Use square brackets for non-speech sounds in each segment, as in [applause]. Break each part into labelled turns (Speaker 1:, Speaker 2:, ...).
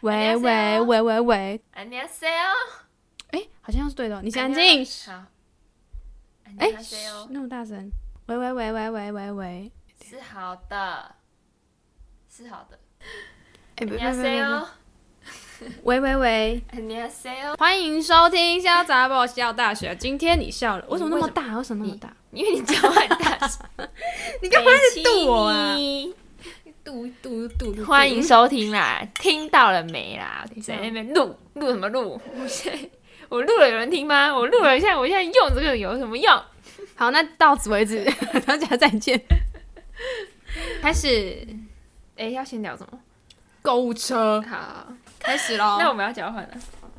Speaker 1: 喂喂喂喂喂，
Speaker 2: 안녕하세요。
Speaker 1: 哎、好像是对的哦，你先安静。
Speaker 2: 好。
Speaker 1: 哎、
Speaker 2: 안녕하세요。
Speaker 1: 那么大声。喂喂喂喂喂喂喂。
Speaker 2: 是好的，是好的。
Speaker 1: 哎、
Speaker 2: 안
Speaker 1: 别
Speaker 2: 녕하세요。
Speaker 1: 喂喂喂，
Speaker 2: 안녕하세요。
Speaker 1: 欢迎收听《潇洒爆笑大学》。今天你笑了，为什么那么大？为什么那么大？
Speaker 2: 因为你讲话很大声， [laughs]
Speaker 1: 你
Speaker 2: 是
Speaker 1: 堵我啊
Speaker 2: 度度
Speaker 1: [laughs]
Speaker 2: 度度！欢迎收听啦，听到了没啦？
Speaker 1: 一下
Speaker 2: 在那边录录什么录？ [laughs] 我现在我录了有人听吗？我录了一下，我现在用这个有什么用？
Speaker 1: 好，那到此为止，大家再见。开始
Speaker 2: 哎、要先聊什么？
Speaker 1: 购物车，
Speaker 2: 好，
Speaker 1: 开始喽
Speaker 2: 那我们要交换了，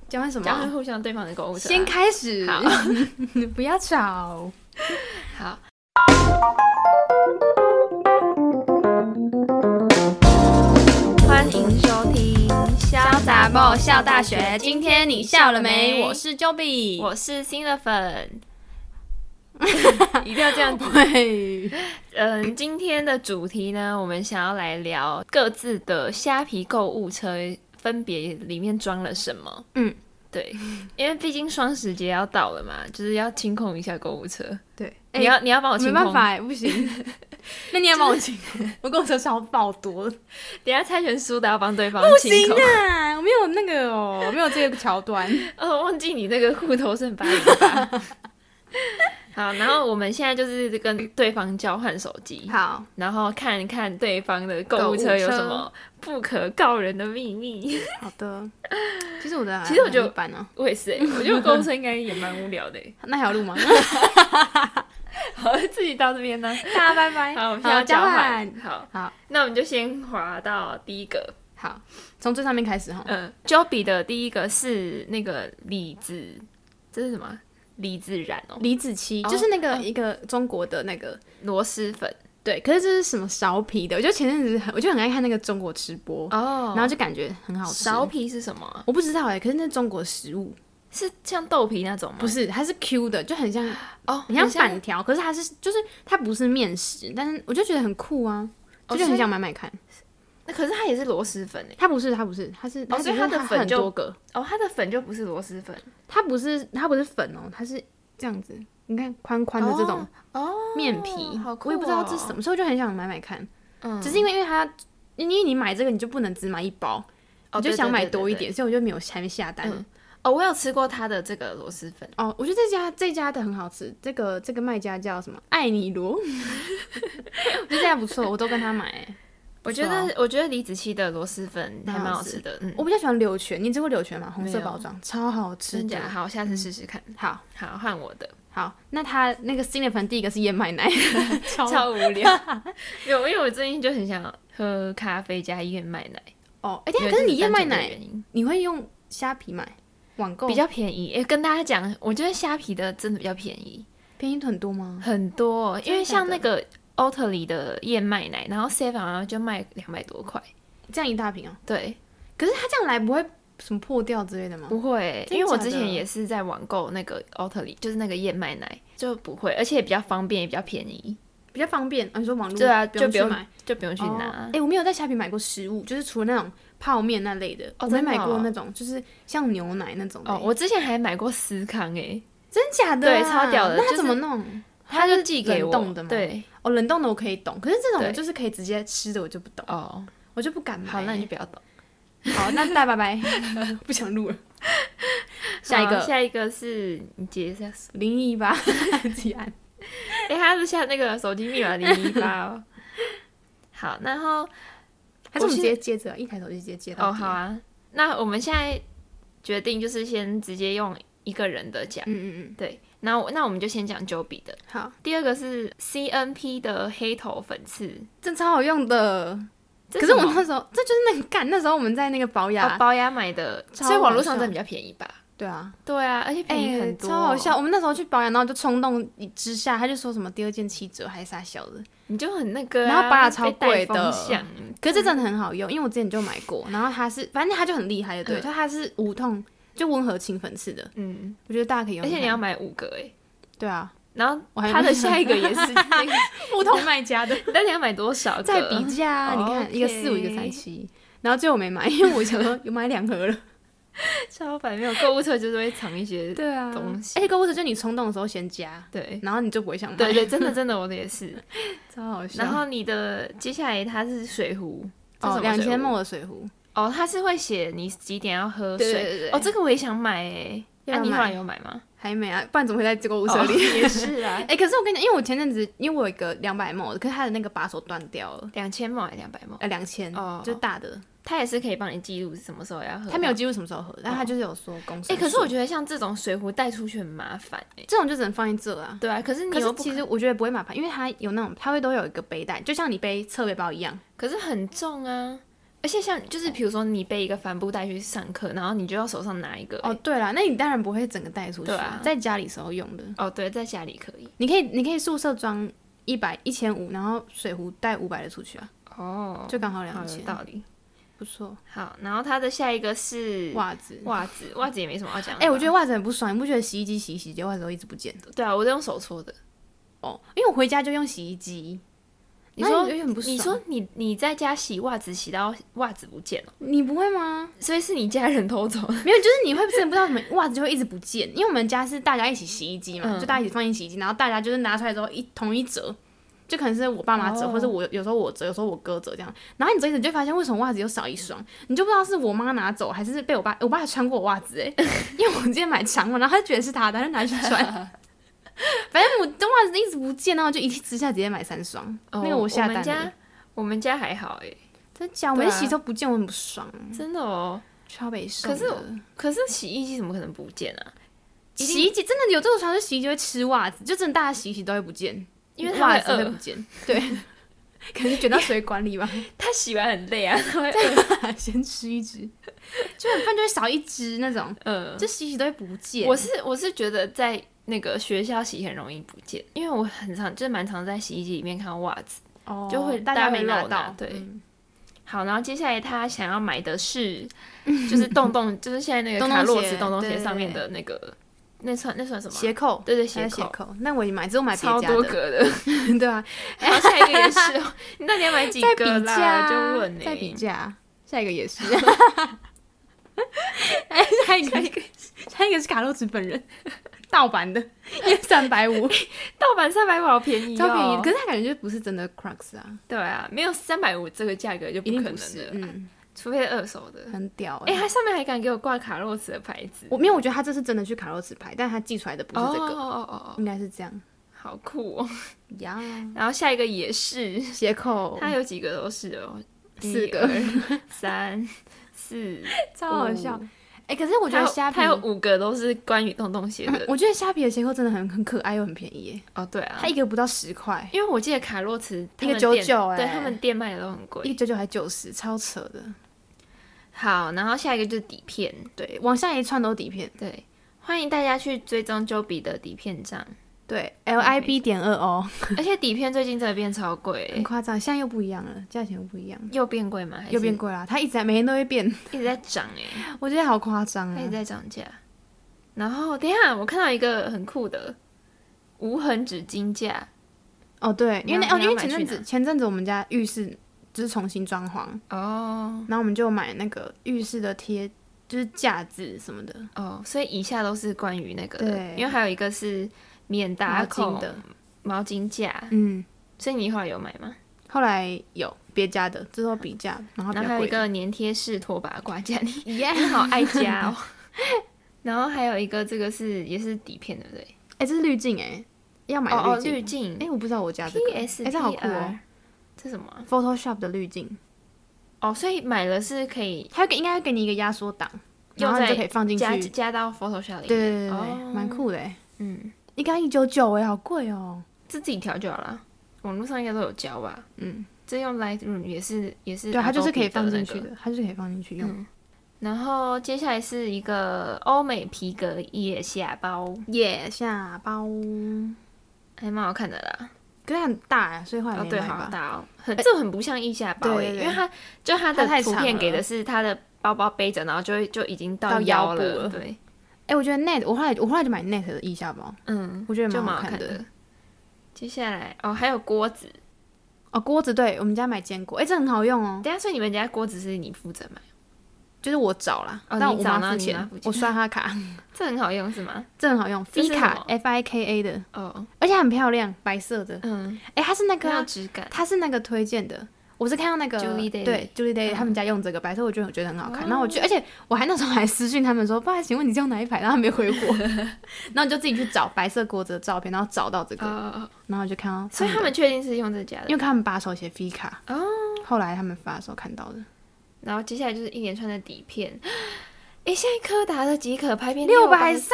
Speaker 1: 交换什
Speaker 2: 交换
Speaker 1: 么？
Speaker 2: 互相对方的购物车啊。
Speaker 1: 先开始，
Speaker 2: 好
Speaker 1: [laughs] 不要吵。
Speaker 2: [laughs] 好。欢迎收听《潇洒爆笑大学》，今天你笑了没？
Speaker 1: 我是 Joey，
Speaker 2: 我是新的粉， [laughs] 一定要这样子。
Speaker 1: 会
Speaker 2: 嗯，今天的主题呢，我们想要来聊各自的虾皮购物车分别里面装了什么。
Speaker 1: 嗯，
Speaker 2: 对，因为毕竟双十节要到了嘛，就是要清空一下购物车。
Speaker 1: 对，
Speaker 2: 你要你要帮我
Speaker 1: 我
Speaker 2: 清
Speaker 1: 哎没办
Speaker 2: 空，
Speaker 1: 法哎，不行。
Speaker 2: [laughs]
Speaker 1: 那你要帮我清， [laughs] 我跟我车超爆多，
Speaker 2: 等一下猜拳输的要帮对方
Speaker 1: 不
Speaker 2: 清
Speaker 1: 行
Speaker 2: 空。
Speaker 1: 啊，我没有那个哦，我没有这个桥段。
Speaker 2: [laughs] 哦，忘记你那个户头剩八零八。 [laughs] 好，然后我们现在就是跟对方交换手机，
Speaker 1: 好，
Speaker 2: 然后看一看对方的购物车有什么不可告人的秘密。
Speaker 1: 好的。其实我的还
Speaker 2: 其实我觉得
Speaker 1: 很一般呢，啊
Speaker 2: 我也 [laughs] 是、欸，我觉得我购物车应该也蛮无聊 [laughs] 的、欸。
Speaker 1: 那还有录吗？
Speaker 2: 好，自己到这边 [laughs] 呢。
Speaker 1: 大家拜拜。
Speaker 2: 好，我们现在交
Speaker 1: 交
Speaker 2: 换
Speaker 1: 换。。
Speaker 2: 好，
Speaker 1: 好
Speaker 2: 那我们就先滑到第一个。
Speaker 1: 好，从最上面开始哈。
Speaker 2: 嗯 j o b y 的第一个是那个李子，这是什么？啊李子然哦，
Speaker 1: 李子柒
Speaker 2: 哦
Speaker 1: 就是那个
Speaker 2: 哦
Speaker 1: 一个中国的那个
Speaker 2: 螺蛳粉
Speaker 1: 对，可是这是什么苕皮的？我就前阵子很，我就很爱看那个中国吃播，
Speaker 2: 哦
Speaker 1: 然后就感觉很好吃。
Speaker 2: 苕皮是什么啊？
Speaker 1: 我不知道哎、可是那是中国食物，
Speaker 2: 是像豆皮那种吗？
Speaker 1: 不是，它是 Q 的，就很像
Speaker 2: 哦，
Speaker 1: 很像板条，可是它是就是它不是面食，但是我就觉得很酷啊，
Speaker 2: 哦
Speaker 1: 就就很
Speaker 2: 所以
Speaker 1: 想买买看。
Speaker 2: 那可是它也是螺蛳粉诶。
Speaker 1: 它不是，它不是，它是，
Speaker 2: 哦所以
Speaker 1: 它
Speaker 2: 它
Speaker 1: 只是
Speaker 2: 的
Speaker 1: 它
Speaker 2: 粉
Speaker 1: 很
Speaker 2: 就
Speaker 1: 多个，
Speaker 2: 哦，它的粉就不是螺蛳粉
Speaker 1: 它不是它不是粉哦，它是这样子，你看宽宽的这种
Speaker 2: 哦，
Speaker 1: 面皮，
Speaker 2: 好酷哦
Speaker 1: 我也不知道这是什么，所以我就很想买买看。
Speaker 2: 嗯
Speaker 1: 只是因为因为它，因为你买这个你就不能只买一包，我就想买多一。
Speaker 2: 哦对对对对
Speaker 1: 点，所以我就没有还没下单。
Speaker 2: 嗯对哦，我有吃过它的这个螺蛳粉，
Speaker 1: 哦，我觉得这家这家的很好吃，这个这个卖家叫什么？爱你罗， [laughs] 我觉得这家不错，我都跟他买、欸
Speaker 2: 我觉
Speaker 1: 不
Speaker 2: 得我觉得李子柒的螺蛳粉还
Speaker 1: 蛮好
Speaker 2: 蛮好
Speaker 1: 吃
Speaker 2: 吃的，嗯，
Speaker 1: 我比较喜欢柳泉，你吃过柳泉吗？红色
Speaker 2: 没有
Speaker 1: 包装，超好吃
Speaker 2: 真假？
Speaker 1: 的。嗯
Speaker 2: 好，下次试试看。
Speaker 1: 好
Speaker 2: 好，换我
Speaker 1: [laughs]
Speaker 2: 的，
Speaker 1: 好，那他那个新的粉第一个是燕麦奶，超
Speaker 2: [laughs] 超无
Speaker 1: [laughs]
Speaker 2: 聊。没有，因为我最近就很想喝咖啡加燕麦奶。
Speaker 1: 哦，哎、等一下
Speaker 2: 因为
Speaker 1: 可是
Speaker 2: 这
Speaker 1: 你燕麦
Speaker 2: 单纯的
Speaker 1: 奶
Speaker 2: 原因
Speaker 1: 你会用虾皮买网购
Speaker 2: 比较便宜，诶，跟大家讲，我觉得虾皮的真的比较便宜。
Speaker 1: 便宜很多吗？
Speaker 2: 很多，因为
Speaker 1: 真的假
Speaker 2: 像那个 o t 里的燕麦奶，然后 Seven 好像就卖两百多块。
Speaker 1: 这样一大瓶哦、
Speaker 2: 对，
Speaker 1: 可是它这样来不会什么破掉之类的吗？
Speaker 2: 不会，
Speaker 1: 真的
Speaker 2: 因为我
Speaker 1: 假
Speaker 2: 之
Speaker 1: 的
Speaker 2: 前也是在网购那个 o t 里，就是那个燕麦奶就不会，而且也比较方便，也比较便宜，
Speaker 1: 比较方便啊！你说网络
Speaker 2: 对啊
Speaker 1: 不用
Speaker 2: 就不
Speaker 1: 去
Speaker 2: 用
Speaker 1: 买，
Speaker 2: 就不用去拿。
Speaker 1: 哎、我没有在虾皮买过食物，就是除了那种泡面那类的，我
Speaker 2: 哦
Speaker 1: 没
Speaker 2: 真的
Speaker 1: 买过
Speaker 2: 哦
Speaker 1: 那种，就是像牛奶那种的、
Speaker 2: 哦，我之前还买过司康欸诶，
Speaker 1: 真假的、
Speaker 2: 对超屌的
Speaker 1: 那
Speaker 2: 就
Speaker 1: 它
Speaker 2: 是
Speaker 1: 怎么弄？
Speaker 2: 他就寄给
Speaker 1: 冷
Speaker 2: 我，
Speaker 1: 冻的吗
Speaker 2: 对，
Speaker 1: 哦，冷冻的我可以懂，可是这种
Speaker 2: 对
Speaker 1: 就是可以直接吃的，我就不懂，
Speaker 2: 哦，
Speaker 1: 我就不敢买。
Speaker 2: 好，那你就不要懂。
Speaker 1: [laughs] 好，那大拜拜，
Speaker 2: [laughs]
Speaker 1: 不想录了。下一
Speaker 2: 好
Speaker 1: 个
Speaker 2: 下一个是你解释一下， [laughs]
Speaker 1: 零一八 [laughs] 吉安，
Speaker 2: 哎、他是下那个手机密码零一八哦。 [laughs] 好，然后
Speaker 1: 还是我们直
Speaker 2: 我是
Speaker 1: 接接着一抬头就直接接到
Speaker 2: 哦，
Speaker 1: 底
Speaker 2: 好啊，那我们现在决定就是先直接用一个人的讲，
Speaker 1: 嗯嗯嗯，
Speaker 2: 对，那我那我们就先讲 Joby 的，
Speaker 1: 好，
Speaker 2: 第二个是 CNP 的黑头粉刺，
Speaker 1: 这超好用的。
Speaker 2: 这
Speaker 1: 可是我
Speaker 2: 什么
Speaker 1: 那时候，这就是那个干，那时候我们在那个保
Speaker 2: 哦
Speaker 1: 养，
Speaker 2: 包压买的，
Speaker 1: 超
Speaker 2: 所以网
Speaker 1: 好
Speaker 2: 络上真的
Speaker 1: 笑
Speaker 2: 比较便宜吧？
Speaker 1: 对啊，
Speaker 2: 对啊，而且
Speaker 1: 哎、
Speaker 2: 便宜很多，
Speaker 1: 超好笑！，我们那时候去保养，然后就冲动之下，他就说什么第二件七折还是啥小的，
Speaker 2: 你就很那个啊、
Speaker 1: 然后包压超
Speaker 2: 被带
Speaker 1: 贵的嗯
Speaker 2: 风向
Speaker 1: 可是这真的很好用，因为我之前就买过，然后它是，反正它就很厉害的，对，
Speaker 2: 嗯
Speaker 1: 就它是无痛，就温和清粉刺的，
Speaker 2: 嗯，
Speaker 1: 我觉得大家可以用
Speaker 2: 而
Speaker 1: 用
Speaker 2: 且
Speaker 1: 看。
Speaker 2: 你要买五个哎、
Speaker 1: 对啊，
Speaker 2: 然后
Speaker 1: 我还
Speaker 2: 它
Speaker 1: 没
Speaker 2: 的下一个也是那个，
Speaker 1: [laughs] 无痛卖家的
Speaker 2: [laughs] 但你要买多少个？
Speaker 1: 再比价啊，
Speaker 2: 哦
Speaker 1: 你看一个四五，一个
Speaker 2: OK
Speaker 1: 三七，然后最后我没买，因为我想说有买两盒了。
Speaker 2: 超烦，没有购物车就是会藏一
Speaker 1: [laughs]
Speaker 2: 些。
Speaker 1: 对啊
Speaker 2: 东西
Speaker 1: 而且购物车就你冲动的时候先加，
Speaker 2: 对
Speaker 1: 然后你就不会想买，
Speaker 2: 对对，真的真的，我的也
Speaker 1: [laughs]
Speaker 2: 是。
Speaker 1: 超好笑。
Speaker 2: 然后你的接下来它是水壶，这
Speaker 1: 啊哦，
Speaker 2: 是什么
Speaker 1: 两
Speaker 2: 水
Speaker 1: 千
Speaker 2: 壶
Speaker 1: 梦的水壶，
Speaker 2: 哦，它是会写你几点要喝
Speaker 1: 对
Speaker 2: 水。
Speaker 1: 对对对
Speaker 2: 哦，这个我也想买诶。那、
Speaker 1: 要
Speaker 2: 你后
Speaker 1: 买
Speaker 2: 来有买吗？
Speaker 1: 还没啊，不然怎么会在这购物车
Speaker 2: [laughs] 哦
Speaker 1: 里？
Speaker 2: 也是啊
Speaker 1: [laughs] 哎、，可是我跟你讲，因为我前阵子因为我有一个两百梦，可是它的那个把手断掉了，
Speaker 2: [laughs] 两千毛还两百毛，
Speaker 1: 呃，两千、
Speaker 2: 哦
Speaker 1: 就是大的，
Speaker 2: 它也是可以帮你记录什么时候要喝。
Speaker 1: 它没有。记录什么时候喝，但它哦就是有说公司。
Speaker 2: 哎、可是我
Speaker 1: 觉
Speaker 2: 觉得像这种水壶带出去很麻烦欸诶。
Speaker 1: 得这种就只能放在这啊。
Speaker 2: 对啊，可是你
Speaker 1: 可
Speaker 2: 又
Speaker 1: 是
Speaker 2: 不
Speaker 1: 其实我觉得不会麻烦，因为它有那种，它会都有一个背带，就像你背侧背包一样。
Speaker 2: 可是很重啊。而且像就是比如说你背一个帆布袋去上课，然后你就要手上拿一个欸。
Speaker 1: 哦，对啦，那你当然不会整个带出去，
Speaker 2: 对啊
Speaker 1: 在家里时候用的。
Speaker 2: 哦，对，在家里可以。
Speaker 1: 你可以，你可以宿舍装一百一千五，然后水壶带五百的出去啊，
Speaker 2: 哦，
Speaker 1: 就刚好
Speaker 2: 好
Speaker 1: 两
Speaker 2: 有
Speaker 1: 千，
Speaker 2: 道理。
Speaker 1: 不错。
Speaker 2: 好，然后它的下一个是
Speaker 1: 袜子，
Speaker 2: 袜子，袜子也没什么要讲的吧。
Speaker 1: 哎、我觉得袜子很不爽，你不觉得洗衣机洗一洗，结果袜子都一直不见的？
Speaker 2: 得对啊，我都用手搓的。
Speaker 1: 哦，因为我回家就用洗衣机。
Speaker 2: 你
Speaker 1: 那
Speaker 2: 说
Speaker 1: 有点不爽啊
Speaker 2: 你说你你在家洗袜子洗到袜子不见了，
Speaker 1: 你不会吗？
Speaker 2: 所以是你家人偷走了。
Speaker 1: 没有，就是你会真的不知道怎么袜子就会一直不见，因为我们家是大家一起洗衣机嘛，
Speaker 2: 嗯
Speaker 1: 就大家一起放进洗衣机，然后大家就是拿出来之后一同一折，就可能是我爸妈折，
Speaker 2: 哦
Speaker 1: 或者我有时候我折，有时候我哥折这样，然后你折一折你就会发现为什么袜子又少一双，你就不知道是我妈拿走还是被我爸，我爸还穿过我袜 [laughs] 子哎、因为我之前买长嘛，然后他就觉得是他的，他就拿去穿。反正我的袜子一直不见，然后我就一气之下直接买三双，
Speaker 2: 哦
Speaker 1: 那个下
Speaker 2: 我们
Speaker 1: 单
Speaker 2: 家
Speaker 1: 的。
Speaker 2: 我们家还好哎、
Speaker 1: 真假？我
Speaker 2: 对
Speaker 1: 每
Speaker 2: 啊
Speaker 1: 次洗都不见，我很不爽，
Speaker 2: 真的哦。
Speaker 1: 超北
Speaker 2: 可
Speaker 1: 上
Speaker 2: 是
Speaker 1: 的
Speaker 2: 可是洗衣机怎么可能不见啊？
Speaker 1: 洗衣机真的有这种传说，洗衣机会吃袜子，就真的大家洗一洗都会不见，
Speaker 2: 因为它
Speaker 1: 袜
Speaker 2: 会
Speaker 1: 子会
Speaker 2: 饿
Speaker 1: 不，见， [laughs] 对，可能卷到水管里吧，
Speaker 2: 它洗完很累啊， [laughs] 它会
Speaker 1: [laughs] 先吃一只，嗯就很饭就会少一只那种，
Speaker 2: 饿。
Speaker 1: 就洗一洗都会不见。
Speaker 2: 我是我是觉得在那个学校洗很容易不见，因为我很常就是蛮常在洗衣机里面看到袜子。
Speaker 1: 哦
Speaker 2: 就会
Speaker 1: 大
Speaker 2: 大
Speaker 1: 家
Speaker 2: 家
Speaker 1: 会
Speaker 2: 没
Speaker 1: 拿
Speaker 2: 漏
Speaker 1: 到
Speaker 2: 拿，对
Speaker 1: 嗯
Speaker 2: 好，然后接下来他想要买
Speaker 1: [laughs]
Speaker 2: 的是，就是洞洞，就是现在那个
Speaker 1: 洞洞
Speaker 2: 卡洛
Speaker 1: 鞋
Speaker 2: 兹洞洞
Speaker 1: 对
Speaker 2: 鞋
Speaker 1: 对
Speaker 2: 上
Speaker 1: 对
Speaker 2: 面的那个，那算那算什么啊？
Speaker 1: 鞋扣，
Speaker 2: 对
Speaker 1: 还
Speaker 2: 对鞋
Speaker 1: 有
Speaker 2: 口
Speaker 1: 鞋，扣，那我也买，只有买别
Speaker 2: 超
Speaker 1: 家
Speaker 2: 多
Speaker 1: 的，
Speaker 2: 格的。
Speaker 1: [laughs] 对啊，
Speaker 2: 然后下一个也是哦，你到底要买
Speaker 1: [laughs]
Speaker 2: 几
Speaker 1: 在
Speaker 2: 个
Speaker 1: 比价
Speaker 2: 啦？
Speaker 1: 啊，
Speaker 2: 就问你、
Speaker 1: 在比价，下一个也 [laughs] 是，哎，下一个，下一个是卡洛茨本人，盗版 [laughs] 的，也三百五。
Speaker 2: 盗版三百五好便宜、哦，
Speaker 1: 超便宜的，可是他感觉就不是真的 Crocs 啊，
Speaker 2: 对啊，没有三百五这个价格就
Speaker 1: 一
Speaker 2: 可
Speaker 1: 定
Speaker 2: 能
Speaker 1: 不是
Speaker 2: 的，，
Speaker 1: 嗯，
Speaker 2: 除非二手的。
Speaker 1: 很屌
Speaker 2: 哎、
Speaker 1: 哎、
Speaker 2: 它上面还敢给我挂卡洛斯的牌子，
Speaker 1: 我没有，我觉得他这是真的去卡洛茨拍，但他寄出来的不是这
Speaker 2: 哦
Speaker 1: 个，
Speaker 2: 哦哦哦，
Speaker 1: 应该是这样
Speaker 2: 好酷哦。
Speaker 1: 呀。
Speaker 2: 然后下一个也是，
Speaker 1: 鞋扣
Speaker 2: 它有几个都是哦，
Speaker 1: 四
Speaker 2: 一
Speaker 1: 个
Speaker 2: 二三四，
Speaker 1: 超好笑
Speaker 2: 五，
Speaker 1: 哎、可是我觉
Speaker 2: 它
Speaker 1: 得
Speaker 2: 有
Speaker 1: 虾皮
Speaker 2: 它，有五个都是关于洞洞鞋的。
Speaker 1: [laughs] 我觉得虾皮的鞋扣真的很很可爱又很便宜耶，
Speaker 2: 哦，对啊
Speaker 1: 它，一个不到十块，
Speaker 2: 因为我记得卡洛茨他
Speaker 1: 一
Speaker 2: 们
Speaker 1: 个
Speaker 2: 店
Speaker 1: 99哎
Speaker 2: 对他们店卖的都很
Speaker 1: 一
Speaker 2: 贵。
Speaker 1: 个九九还九十，超扯的。
Speaker 2: 好，然后下一个就是底片，
Speaker 1: 对，往下一串都底片，
Speaker 2: 对，欢迎大家去追踪 Joby 的底
Speaker 1: [laughs]
Speaker 2: 片账，
Speaker 1: 对，L I B 点二哦，
Speaker 2: 而且底片最近真的变超贵
Speaker 1: 很
Speaker 2: 欸，
Speaker 1: 夸张，现在又不一样了，价钱又不一样，
Speaker 2: 又变贵吗？还是
Speaker 1: 又变贵啦，它一直在每天都会变， [laughs]
Speaker 2: 一直在涨哎，
Speaker 1: 我觉得好夸张
Speaker 2: 它一直
Speaker 1: 啊。
Speaker 2: 在涨价。然后等一下我看到一个很酷的无痕纸巾架，
Speaker 1: 哦，对，因为那哦，
Speaker 2: 你
Speaker 1: 因
Speaker 2: 要
Speaker 1: 为
Speaker 2: 买
Speaker 1: 前阵
Speaker 2: 去
Speaker 1: 子
Speaker 2: 哪
Speaker 1: 前阵子我们家浴室就是重新装潢，
Speaker 2: 哦
Speaker 1: 然后我们就买那个浴室的贴，就是架子什么的，
Speaker 2: 哦，所以以下都是关于那个的，
Speaker 1: 对
Speaker 2: 因为还有一个是免
Speaker 1: 毛
Speaker 2: 打孔
Speaker 1: 巾的，
Speaker 2: 毛巾架，
Speaker 1: 嗯，
Speaker 2: 所以你后来有买吗？
Speaker 1: 后来有别家的，之后比价，然后比
Speaker 2: 然
Speaker 1: 较
Speaker 2: 后还有一
Speaker 1: 贵的，
Speaker 2: 个粘贴式拖把挂架，
Speaker 1: [laughs]
Speaker 2: 你
Speaker 1: 耶，
Speaker 2: 你好
Speaker 1: [laughs]
Speaker 2: 爱家哦。然后还有一个，这个是也是底片，对不对？
Speaker 1: 哎，这是滤镜哎，要买
Speaker 2: 哦哦，
Speaker 1: 的滤
Speaker 2: 滤
Speaker 1: 镜，
Speaker 2: 镜，
Speaker 1: 哎，我不知道我家这个，哎，
Speaker 2: P.S.
Speaker 1: 这好酷哦
Speaker 2: PR 这什么啊、
Speaker 1: ，Photoshop 的滤镜，
Speaker 2: 哦，所以买了是可以
Speaker 1: 它给应该会给你一个压缩档，
Speaker 2: 用
Speaker 1: 然后你
Speaker 2: 在
Speaker 1: 就可以放进去，
Speaker 2: 加
Speaker 1: 对
Speaker 2: 加到 Photoshop 里面。
Speaker 1: 对对对
Speaker 2: 哦
Speaker 1: 对，蛮酷的哎，
Speaker 2: 嗯，
Speaker 1: 一缸一九九哎，好贵哦，
Speaker 2: 这自己调就好了，网络上应该都有教吧？
Speaker 1: 嗯，
Speaker 2: 这用 Lightroom 也是也是、
Speaker 1: 对，它就是可以放进去。的，它就是可以放进去用。
Speaker 2: 嗯然后接下来是一个欧美皮革腋下包，
Speaker 1: 耶，下包，
Speaker 2: 还蛮好看的啦。
Speaker 1: 可是它很大哎，所以后来
Speaker 2: 哦，
Speaker 1: 没
Speaker 2: 对，
Speaker 1: 买
Speaker 2: 好
Speaker 1: 吧。呃
Speaker 2: 大哦，很这很不像腋下包
Speaker 1: 对
Speaker 2: 诶，
Speaker 1: 对对
Speaker 2: 因为它就它
Speaker 1: 它太
Speaker 2: 的
Speaker 1: 长
Speaker 2: 图
Speaker 1: 了
Speaker 2: 片给的是它的包包背着，然后就会就已经
Speaker 1: 到
Speaker 2: 到
Speaker 1: 腰
Speaker 2: 腰
Speaker 1: 部了
Speaker 2: 对，
Speaker 1: 哎、我觉得 Net，我后来我后来就买 Net 的腋下包，
Speaker 2: 嗯，
Speaker 1: 我觉得
Speaker 2: 就
Speaker 1: 蛮
Speaker 2: 蛮
Speaker 1: 好
Speaker 2: 好
Speaker 1: 看
Speaker 2: 看
Speaker 1: 的。
Speaker 2: 的。接下来哦，还有锅子，
Speaker 1: 哦，锅子对我们家买坚果，哎、这很好用哦，
Speaker 2: 等一下，所以你们家锅子是你负责买，
Speaker 1: 就是我找啦，
Speaker 2: 哦
Speaker 1: 但我
Speaker 2: 你找
Speaker 1: 妈
Speaker 2: 然后
Speaker 1: 付
Speaker 2: 你妈
Speaker 1: 钱
Speaker 2: 付，钱
Speaker 1: 我刷她卡， [laughs]
Speaker 2: 这很好用是吗？
Speaker 1: 这很好用
Speaker 2: 这
Speaker 1: ，F
Speaker 2: 是什
Speaker 1: 卡
Speaker 2: 么
Speaker 1: F I K A 的，
Speaker 2: 哦，
Speaker 1: 而且很漂亮，白色的，
Speaker 2: 嗯，
Speaker 1: 哎、它是那个
Speaker 2: 看
Speaker 1: 啊、
Speaker 2: 到质感，
Speaker 1: 它是那个推荐的，我是看到那个
Speaker 2: Julie Daly
Speaker 1: 对 Julie Day 他们家用这个白色，我觉得我觉得很好看。
Speaker 2: 哦
Speaker 1: 然后我去，而且我还那时候还私讯他们说，不好意思，请问你是用哪一排？然后他没回我，然后你就自己去找白色锅子的照片，然后找到这个，
Speaker 2: 哦，
Speaker 1: 然后就看到，
Speaker 2: 所以他们确定是用这家
Speaker 1: 因
Speaker 2: 的，
Speaker 1: 为他们把手写 V 卡，
Speaker 2: 哦，
Speaker 1: 后来他们发的时候看到的，
Speaker 2: 然后接下来就是一连串的底片。哎，现在柯达的即可拍片
Speaker 1: 六百
Speaker 2: 百
Speaker 1: 三，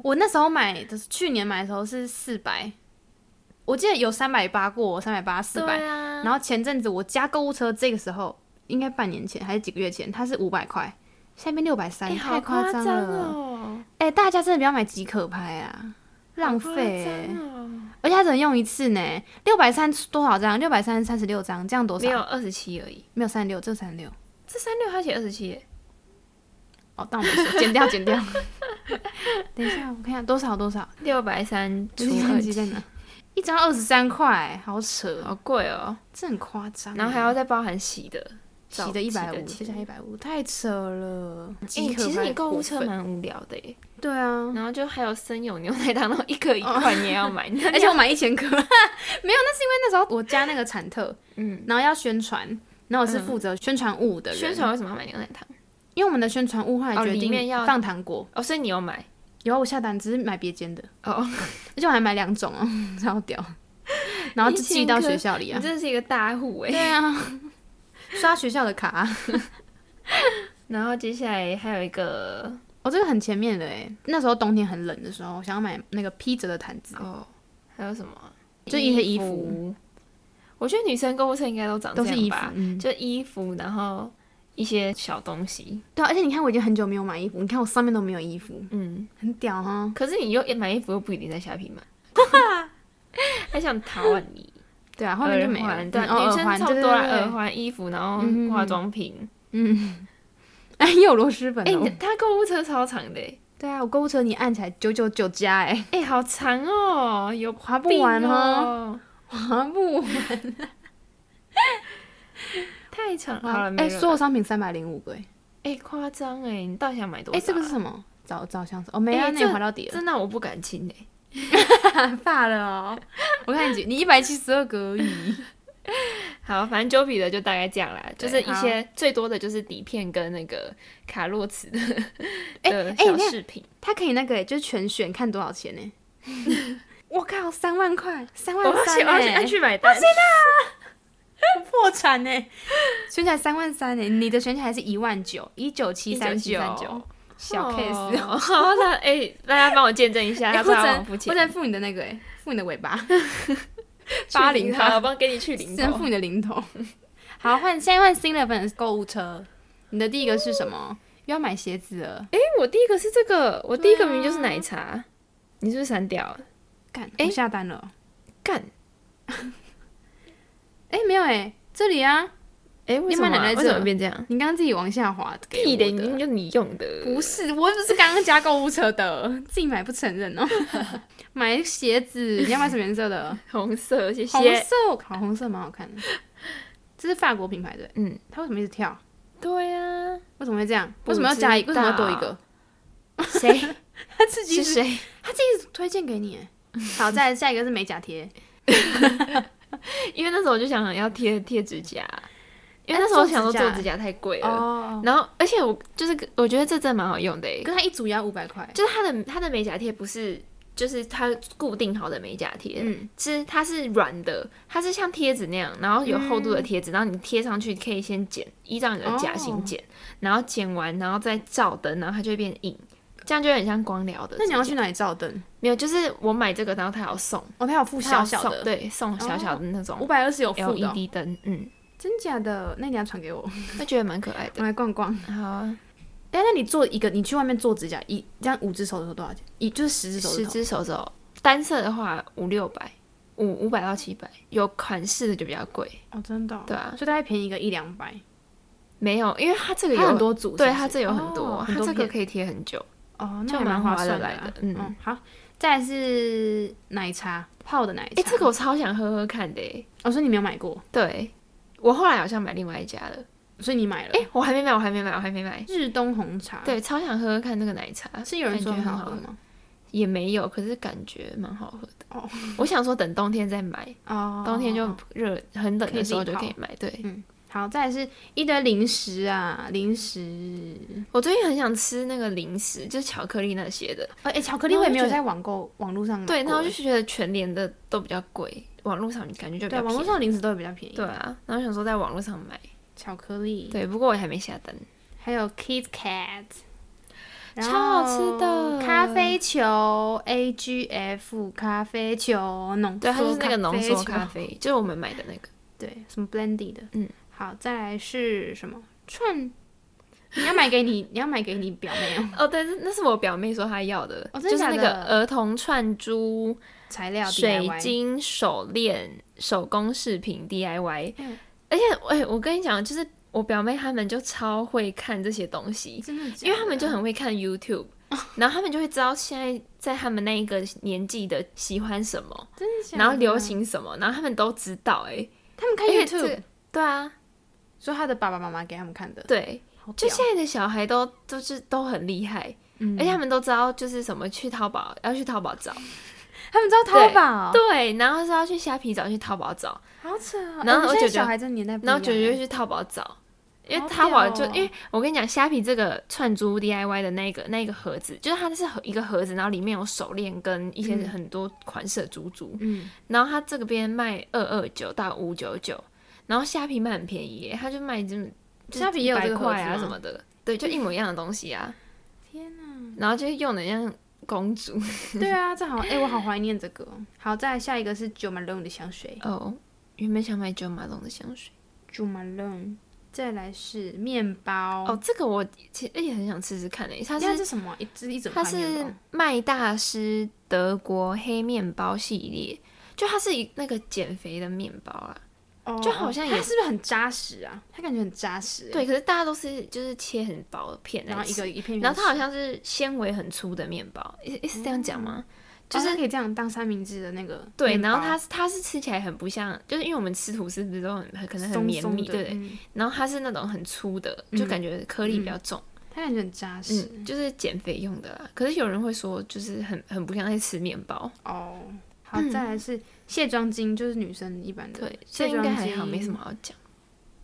Speaker 1: 我那时候买的是去年买的时候是四百，我记得有三百八过，三百八四百，
Speaker 2: 对啊，
Speaker 1: 然后前阵子我加购物车，这个时候应该半年前还是几个月前，它是五百块，现在变六百三，
Speaker 2: 哎，
Speaker 1: 太
Speaker 2: 好
Speaker 1: 夸
Speaker 2: 张
Speaker 1: 了。
Speaker 2: 哦，
Speaker 1: 哎、大家真的不要买即可拍啊，浪
Speaker 2: 好夸
Speaker 1: 费、欸
Speaker 2: 张，哦，
Speaker 1: 而且它只能用一次呢。六百三多少张？六百三三十六张，这样多
Speaker 2: 没
Speaker 1: 少？
Speaker 2: 有二十七而已。
Speaker 1: 没有三十六，这三十六。
Speaker 2: 这三六他写二十七，
Speaker 1: 哦，当我没说，剪掉，剪掉。 [laughs] 等一下，我看一下多少多少，
Speaker 2: 六百三除
Speaker 1: 计算
Speaker 2: 二
Speaker 1: 机在
Speaker 2: 七，
Speaker 1: 哪？一张二十三块，好扯，
Speaker 2: 好贵哦。
Speaker 1: 这很夸张。
Speaker 2: 然后还要再包含洗的，
Speaker 1: 洗的一百五，
Speaker 2: 其
Speaker 1: 这
Speaker 2: 实
Speaker 1: 下一百五，太扯了。哎即可
Speaker 2: 其实
Speaker 1: 拍
Speaker 2: 你购
Speaker 1: 过
Speaker 2: 物车
Speaker 1: 分
Speaker 2: 蛮无聊的耶，
Speaker 1: 对啊，
Speaker 2: 然后就还有生有牛奶糖，然后一颗一块你也要 [laughs] 买，你知道
Speaker 1: 而且我买一千 [laughs] 颗，没有，那是因为那时候我加那个产特，
Speaker 2: 嗯，
Speaker 1: 然后要宣传，然后我是
Speaker 2: 嗯
Speaker 1: 负责宣传物的人，
Speaker 2: 宣，传为什么要买牛奶糖？
Speaker 1: 因为我们的宣传物后来
Speaker 2: 哦
Speaker 1: 决
Speaker 2: 里面
Speaker 1: 定
Speaker 2: 要
Speaker 1: 放糖果，
Speaker 2: 哦，所以你有买
Speaker 1: 有啊我下单只是买别间的，
Speaker 2: 哦，
Speaker 1: 而且我还买两种哦，超屌，然后就寄到学校里
Speaker 2: 你
Speaker 1: 啊，
Speaker 2: 真的是一个大户哎。
Speaker 1: 对啊， [laughs] 刷学校的卡啊、
Speaker 2: 然后接下来还有一个
Speaker 1: 哦，这个很前面的哎，那时候冬天很冷的时候，我想要买那个披着的毯子，
Speaker 2: 哦，还有什么啊？
Speaker 1: 就一些衣
Speaker 2: 服。我觉得女生购物车应该都长
Speaker 1: 都
Speaker 2: 这
Speaker 1: 是衣
Speaker 2: 样
Speaker 1: 服
Speaker 2: 吧，，
Speaker 1: 嗯，
Speaker 2: 就衣服，然后一些小东西，
Speaker 1: 对啊、而且你看我已经很久没有买衣服，你看我上面都没有衣服，
Speaker 2: 嗯。
Speaker 1: 很屌哈、
Speaker 2: 可是你又哎买衣服又不一定在虾皮
Speaker 1: [laughs]
Speaker 2: 买，还想逃啊你？
Speaker 1: 对啊，后面就没
Speaker 2: 耳
Speaker 1: 了。
Speaker 2: 环对
Speaker 1: 哦
Speaker 2: 啊，女
Speaker 1: 耳
Speaker 2: 生
Speaker 1: 环
Speaker 2: 差
Speaker 1: 对
Speaker 2: 不
Speaker 1: 对
Speaker 2: 多啦，
Speaker 1: 对对
Speaker 2: 耳环、衣服，然后
Speaker 1: 嗯嗯嗯
Speaker 2: 化妆品。
Speaker 1: 嗯，哎，又有螺蛳粉
Speaker 2: 哎，
Speaker 1: 哦。
Speaker 2: 你他购物车超长的欸，
Speaker 1: 对啊，我购物车你按起来九九九加哎，
Speaker 2: 哎，好长哦，有
Speaker 1: 划不
Speaker 2: 病
Speaker 1: 完哦，
Speaker 2: 哦，
Speaker 1: 划不完。
Speaker 2: 太长。好了，
Speaker 1: 哎，
Speaker 2: 没
Speaker 1: 所
Speaker 2: 有了。
Speaker 1: 有商品三百零五个哎，
Speaker 2: 哎，夸张哎，你到底想买多少啊？
Speaker 1: 哎，这个是什么？找找相册哦，没啊，
Speaker 2: 哎
Speaker 1: 那
Speaker 2: 这
Speaker 1: 你划到底了，
Speaker 2: 真的我不敢亲哎。
Speaker 1: 太发了哦。 [laughs] 我看你几，你一百七十二个而已。
Speaker 2: 好，反正 Jovi 的就大概这样啦，就
Speaker 1: 对
Speaker 2: 是一些最多的就是底片跟那个卡洛茨的
Speaker 1: 哎
Speaker 2: 的
Speaker 1: 哎
Speaker 2: 小
Speaker 1: 那
Speaker 2: 饰品。
Speaker 1: 他可以那个哎，就是全选看多少钱呢？ [laughs] 我靠，三万块，三
Speaker 2: 我
Speaker 1: 万
Speaker 2: 要去，
Speaker 1: 三
Speaker 2: 我要去
Speaker 1: 哎
Speaker 2: 按，去买单。
Speaker 1: 破产欸呢，选起来三万三呢，欸你的选起来是一万九，一九七三九，小 case [laughs] 哦。
Speaker 2: 哦。 [laughs] 好的，哎、大家帮我见证一下，
Speaker 1: 哎
Speaker 2: 要
Speaker 1: 我
Speaker 2: 不
Speaker 1: 只
Speaker 2: 然
Speaker 1: 能
Speaker 2: 我付
Speaker 1: 我
Speaker 2: 钱
Speaker 1: 只。能付你的那个、哎，付你的尾 [laughs] 巴，八零
Speaker 2: 好，
Speaker 1: 趴
Speaker 2: 我帮给你去零
Speaker 1: 只能付
Speaker 2: 头。
Speaker 1: 你的零头。好，换现在换新的粉购物车，你的第一个是什么？又要买鞋子了，
Speaker 2: 哎、我第一个是这个，我第一
Speaker 1: 对
Speaker 2: 个
Speaker 1: 啊
Speaker 2: 明明就是奶茶，你是不是删掉了？
Speaker 1: 干，
Speaker 2: 哎
Speaker 1: 我下单了。
Speaker 2: 干，
Speaker 1: 哎、没有哎、这里啊，
Speaker 2: 哎、为什么、
Speaker 1: 你买奶
Speaker 2: 啊？
Speaker 1: 奶这
Speaker 2: 为什么变这样？
Speaker 1: 你刚刚自己往下滑给
Speaker 2: 屁的，
Speaker 1: 我
Speaker 2: 明明
Speaker 1: 的。
Speaker 2: 就你用的。
Speaker 1: 不是，我只是刚刚加购物车的， [laughs] 自己买不承 [laughs] 认哦。买鞋子，你要买什么颜色的？
Speaker 2: 红色，谢
Speaker 1: 红
Speaker 2: 谢。
Speaker 1: 色，好，红色蛮好看的。这是法国品牌的，
Speaker 2: 嗯，
Speaker 1: 它为什么一直跳？
Speaker 2: 对啊，
Speaker 1: 为什么会这样？
Speaker 2: 不
Speaker 1: 为什么要加一个？为
Speaker 2: 知
Speaker 1: 什
Speaker 2: 道
Speaker 1: 么要多一个？
Speaker 2: [laughs] 谁
Speaker 1: 他自
Speaker 2: 是
Speaker 1: 是
Speaker 2: 谁？
Speaker 1: 推荐给你 [laughs] 耶。好，再来下一个是美甲贴，
Speaker 2: 因为那时候我就想要贴贴指甲，因为那时候我想
Speaker 1: 哎做
Speaker 2: 说
Speaker 1: 指甲
Speaker 2: 做指甲太贵
Speaker 1: [laughs]
Speaker 2: 了。
Speaker 1: 哦，
Speaker 2: 然后，而且我就是我觉得这真的蛮好用的、欸，
Speaker 1: 跟它一组也要五百块。
Speaker 2: 就是它的它的美甲贴不是，就是它固定好的美甲贴，
Speaker 1: 嗯，
Speaker 2: 是它是软的，它是像贴纸那样，然后有厚度的贴
Speaker 1: 嗯
Speaker 2: 纸，然后你贴上去可以先剪，依照你的甲型剪，
Speaker 1: 哦
Speaker 2: 然后剪完然后再照灯，然后它就会变硬，这样就很像光疗的。
Speaker 1: 那你要去哪里照灯？
Speaker 2: 没有？就是我买这个，然后它有送，
Speaker 1: 哦，它有附
Speaker 2: 它
Speaker 1: 小
Speaker 2: 有
Speaker 1: 小
Speaker 2: 送
Speaker 1: 的，
Speaker 2: 对，送小小的那
Speaker 1: 五
Speaker 2: 种
Speaker 1: 百二十有附的哦，
Speaker 2: LED 灯，嗯，
Speaker 1: 真假的？那你要传给我，
Speaker 2: 我觉得蛮可爱
Speaker 1: 我
Speaker 2: 的。
Speaker 1: 来逛逛。
Speaker 2: 好啊，
Speaker 1: 哎，那你做一个，你去外面做指甲，一这样五只手指头多少钱？一就是十只手指
Speaker 2: 十
Speaker 1: 头，
Speaker 2: 只手指头，单色的话五六百，五五百到七百，有款式的就比较贵。
Speaker 1: 哦，真的哦，
Speaker 2: 对啊
Speaker 1: 所以大概便宜个一两百。
Speaker 2: 没有，因为它这个有
Speaker 1: 它很，多组，
Speaker 2: 对
Speaker 1: 是不是
Speaker 2: 它这有很多，
Speaker 1: 哦
Speaker 2: 它
Speaker 1: 很多
Speaker 2: 这个
Speaker 1: 片
Speaker 2: 可以贴很久。
Speaker 1: 哦，那
Speaker 2: 就
Speaker 1: 还
Speaker 2: 蛮
Speaker 1: 蛮划
Speaker 2: 划
Speaker 1: 算
Speaker 2: 得
Speaker 1: 的
Speaker 2: 来
Speaker 1: 啊
Speaker 2: 的嗯
Speaker 1: 嗯，好，再来是奶茶泡的奶茶。
Speaker 2: 哎、这个我超想喝喝看的耶。
Speaker 1: 我说你没有买过，
Speaker 2: 对，我后来好像买另外一家了。
Speaker 1: 所以你买了。
Speaker 2: 哎、我还没买，我还没买，我还没买。
Speaker 1: 日东红茶，，
Speaker 2: 对，超想喝喝看那个奶茶，
Speaker 1: 是有人说
Speaker 2: 感
Speaker 1: 很
Speaker 2: 觉
Speaker 1: 好
Speaker 2: 很
Speaker 1: 喝
Speaker 2: 喝，
Speaker 1: 吗？
Speaker 2: 也没有，可是感觉蛮好喝的。
Speaker 1: 哦，
Speaker 2: 我想说等冬天再买，
Speaker 1: 哦，
Speaker 2: 冬天就热很冷
Speaker 1: 可以自己
Speaker 2: 的时候就
Speaker 1: 泡
Speaker 2: 可以买。对，
Speaker 1: 好。再来是一堆零食啊，零食，
Speaker 2: 我最近很想吃那个零食，就是巧克力那些的。
Speaker 1: 呃，哎，巧克力
Speaker 2: 然后
Speaker 1: 我也没
Speaker 2: 就
Speaker 1: 有
Speaker 2: 觉得
Speaker 1: 在网购网络上买过。
Speaker 2: 对，然后我就觉得全联的都比较贵，网络上感觉就
Speaker 1: 对
Speaker 2: 比较
Speaker 1: 网络
Speaker 2: 便宜。
Speaker 1: 上的零食都会比较便宜。
Speaker 2: 对，啊，然后想说在网络上买。
Speaker 1: 巧克力，
Speaker 2: 对，不过我还没下单。
Speaker 1: 还有 Kit Kat，
Speaker 2: 超好吃的
Speaker 1: 咖啡球 AGF 咖啡球浓，
Speaker 2: 对，它就是那个浓缩咖
Speaker 1: 啡球，
Speaker 2: 啡，就是我们买的那个。
Speaker 1: 对，什么 Blendy 的，
Speaker 2: 嗯，
Speaker 1: 好，再来是什么串？你要买给你，你要买给你表妹哦，
Speaker 2: 哦，对，那是我表妹说她要的，
Speaker 1: 哦真的
Speaker 2: 就是那
Speaker 1: 假
Speaker 2: 个
Speaker 1: 的
Speaker 2: 儿童串珠、
Speaker 1: 材料 DIY
Speaker 2: 水晶手链、手工饰品 DIY。
Speaker 1: 嗯
Speaker 2: 而且，哎、我跟你讲，就是我表妹他们就超会看这些东西，
Speaker 1: 真的假的，
Speaker 2: 因为他们就很会
Speaker 1: [laughs]
Speaker 2: 看 YouTube。然后他们就会知道现在在他们那一个年纪的喜欢什么，
Speaker 1: 真的假的，
Speaker 2: 然后流，行什么，然后他们都知道哎、
Speaker 1: 他们啊看
Speaker 2: 而且这
Speaker 1: YouTube，
Speaker 2: 对啊，
Speaker 1: 说他的爸爸妈妈给他们看的，
Speaker 2: 对，
Speaker 1: 好
Speaker 2: 就
Speaker 1: 屌
Speaker 2: 现在的小孩都都是都很厉害，
Speaker 1: 嗯哦
Speaker 2: 而且他们都知道就是什么去淘宝要去淘宝找，
Speaker 1: 他们知道淘宝，
Speaker 2: 对，然后是要去虾皮找，去淘宝找，
Speaker 1: 好扯哦，
Speaker 2: 然后
Speaker 1: 哎
Speaker 2: 我
Speaker 1: 现在
Speaker 2: 舅舅
Speaker 1: 小孩这年代不一
Speaker 2: 然
Speaker 1: 样，
Speaker 2: 后九九就去淘宝找，因
Speaker 1: 好
Speaker 2: 为淘宝
Speaker 1: 屌
Speaker 2: 就、
Speaker 1: 哦
Speaker 2: 因为我跟你讲，虾皮这个串珠 DIY 的那个那个盒子，就是它是盒一个盒子，然后里面有手链跟一些
Speaker 1: 嗯
Speaker 2: 很多款式的珠珠，
Speaker 1: 嗯，
Speaker 2: 然后它这个边卖二二九到五九九，然后虾皮卖很便宜耶，它就卖这么就是
Speaker 1: 虾皮也有这
Speaker 2: 百
Speaker 1: 个盒
Speaker 2: 块
Speaker 1: 子
Speaker 2: 啊
Speaker 1: 吗
Speaker 2: 什么的，对，就一模一样的东西啊，
Speaker 1: 天哪。
Speaker 2: 然后就用的像公主。
Speaker 1: 对啊，这好，哎、我好怀念这个哦。好，再来下一个是 Jo Malone 的香水
Speaker 2: 哦，原本想买九马龙的香水。
Speaker 1: ，Jo Malone。再来是面包，
Speaker 2: 哦，，这个我其实也很想试试看诶、它
Speaker 1: 这
Speaker 2: 是
Speaker 1: 是什么啊？一只一整
Speaker 2: 它
Speaker 1: 块面
Speaker 2: 是
Speaker 1: 包。
Speaker 2: 麦大师德国黑面包系列，就它是一那个减肥的面包啊。
Speaker 1: 哦
Speaker 2: 就好像也
Speaker 1: 它是不是很扎实啊？它感觉很扎实。，欸
Speaker 2: 对，可是大家都是就是切很薄的片
Speaker 1: 然
Speaker 2: 来
Speaker 1: 后一
Speaker 2: 吃，
Speaker 1: 个一片，
Speaker 2: 然后它好像是纤维很粗的面包，诶诶是这样讲吗？
Speaker 1: 嗯
Speaker 2: 就
Speaker 1: 就是哦是可以这样当三明治的那个面包。
Speaker 2: 对，然后它它是吃起来很不像，就是因为我们吃吐司不是都很很可能很
Speaker 1: 松
Speaker 2: 绵
Speaker 1: 松
Speaker 2: 密，
Speaker 1: 的，
Speaker 2: 对不对？
Speaker 1: 嗯
Speaker 2: 然后它是那种很粗的，就
Speaker 1: 嗯
Speaker 2: 感觉颗粒比较重。
Speaker 1: 它感觉很扎实。
Speaker 2: 嗯，就是减肥用的啦。可是有人会说，就是很很不像在吃面包。
Speaker 1: 哦，好，再来是卸妆巾，就是女生一般的。
Speaker 2: 对，这
Speaker 1: 卸
Speaker 2: 应
Speaker 1: 妆
Speaker 2: 该还好，
Speaker 1: 巾
Speaker 2: 没什么。好讲。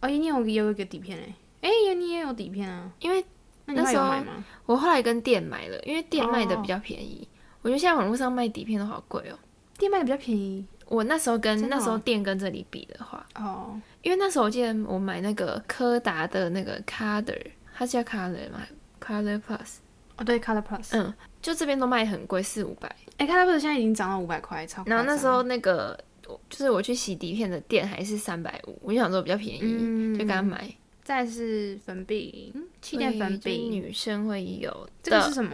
Speaker 1: 哦，你有也有一个底片哎，哎，你也有底片啊？
Speaker 2: 因为
Speaker 1: 那你后
Speaker 2: 那
Speaker 1: 来
Speaker 2: 时
Speaker 1: 有
Speaker 2: 候
Speaker 1: 买吗？
Speaker 2: 我后来跟店买了，因为店卖的
Speaker 1: 哦
Speaker 2: 比较便宜。我觉得现在网络上卖底片都好贵哦。
Speaker 1: 店卖的比较便宜
Speaker 2: 我那时候跟
Speaker 1: 真的哦
Speaker 2: 那时候店跟这里比的话，
Speaker 1: 哦。
Speaker 2: 因为那时候我记得我买那个柯达的那个 Color，它叫 Color 嘛，Color Plus，
Speaker 1: 哦，对，Color Plus，
Speaker 2: 嗯，就这边都卖很贵，四五百。
Speaker 1: 哎、c o l o r Plus 现在已经涨到五百块，超夸
Speaker 2: 然
Speaker 1: 张。
Speaker 2: 后那时候那个我就是我去洗底片的店还是三百五，我就想说比较便宜，
Speaker 1: 嗯
Speaker 2: 就跟他买。
Speaker 1: 再是粉饼，气垫粉
Speaker 2: 对就是
Speaker 1: 饼，
Speaker 2: 女生会有的。
Speaker 1: 这个是什么？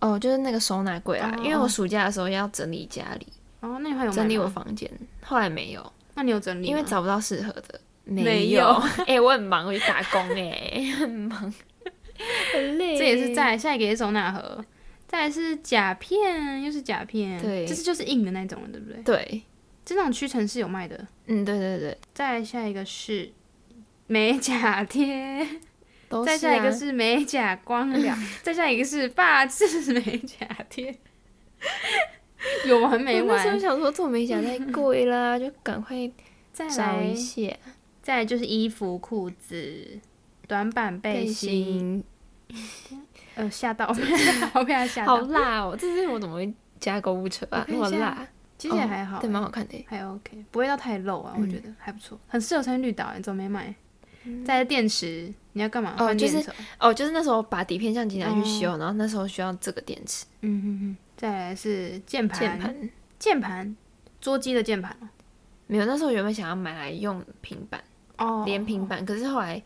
Speaker 2: 哦，就是那个收纳柜啦，
Speaker 1: 哦
Speaker 2: 因为我暑假的时候要整理家里，
Speaker 1: 哦，那你还有买吗
Speaker 2: 整理我？房间，后来没有，
Speaker 1: 那你有整理吗？
Speaker 2: 因为找不到适合的。
Speaker 1: 没有
Speaker 2: [laughs] 有，哎、我很忙，我去打工、
Speaker 1: [laughs]
Speaker 2: 哎，很忙，很累
Speaker 1: 这也是在下一个也是收纳盒，再来是甲片，又是甲片，
Speaker 2: 对
Speaker 1: 这是就是硬的那种了，对不对？
Speaker 2: 对，
Speaker 1: 这种屈臣氏有卖的。
Speaker 2: 嗯，对对对，
Speaker 1: 再来下一个是美甲贴，
Speaker 2: 都是、
Speaker 1: 再
Speaker 2: 啊。
Speaker 1: 下一个是美甲光疗，再下一个是发质美甲贴，有完没
Speaker 2: 我那时候
Speaker 1: 完？
Speaker 2: 想说做美甲太贵
Speaker 1: [laughs]
Speaker 2: 啦，就赶快
Speaker 1: 再
Speaker 2: 找
Speaker 1: 来
Speaker 2: 一下
Speaker 1: 再来就是衣服、裤子、短版背
Speaker 2: 背
Speaker 1: 心，
Speaker 2: 心。
Speaker 1: 呃，吓
Speaker 2: [laughs]
Speaker 1: 到，我被他吓
Speaker 2: 好
Speaker 1: 到。
Speaker 2: 辣哦！这是我怎么会加购物车啊？
Speaker 1: 我看
Speaker 2: 那么
Speaker 1: 一下
Speaker 2: 辣，
Speaker 1: 其实也
Speaker 2: 哦
Speaker 1: 还好、欸
Speaker 2: 对，蛮好看的耶。
Speaker 1: 还 OK，不会到太露啊，我
Speaker 2: 嗯
Speaker 1: 觉得还不错，很适合穿绿岛、欸，你怎么没买？再来电池，你要干嘛？
Speaker 2: 嗯哦
Speaker 1: 换
Speaker 2: 就是
Speaker 1: 电池哦。
Speaker 2: 哦，就是那时候把底片相机拿去修，
Speaker 1: 哦
Speaker 2: 然后那时候需要这个电池
Speaker 1: 嗯哼哼。再来是键盘，
Speaker 2: 键盘，
Speaker 1: 键盘，桌机的键盘哦
Speaker 2: 没有。那时候原本想要买来用平板，
Speaker 1: 哦，
Speaker 2: 连平。板，可是后来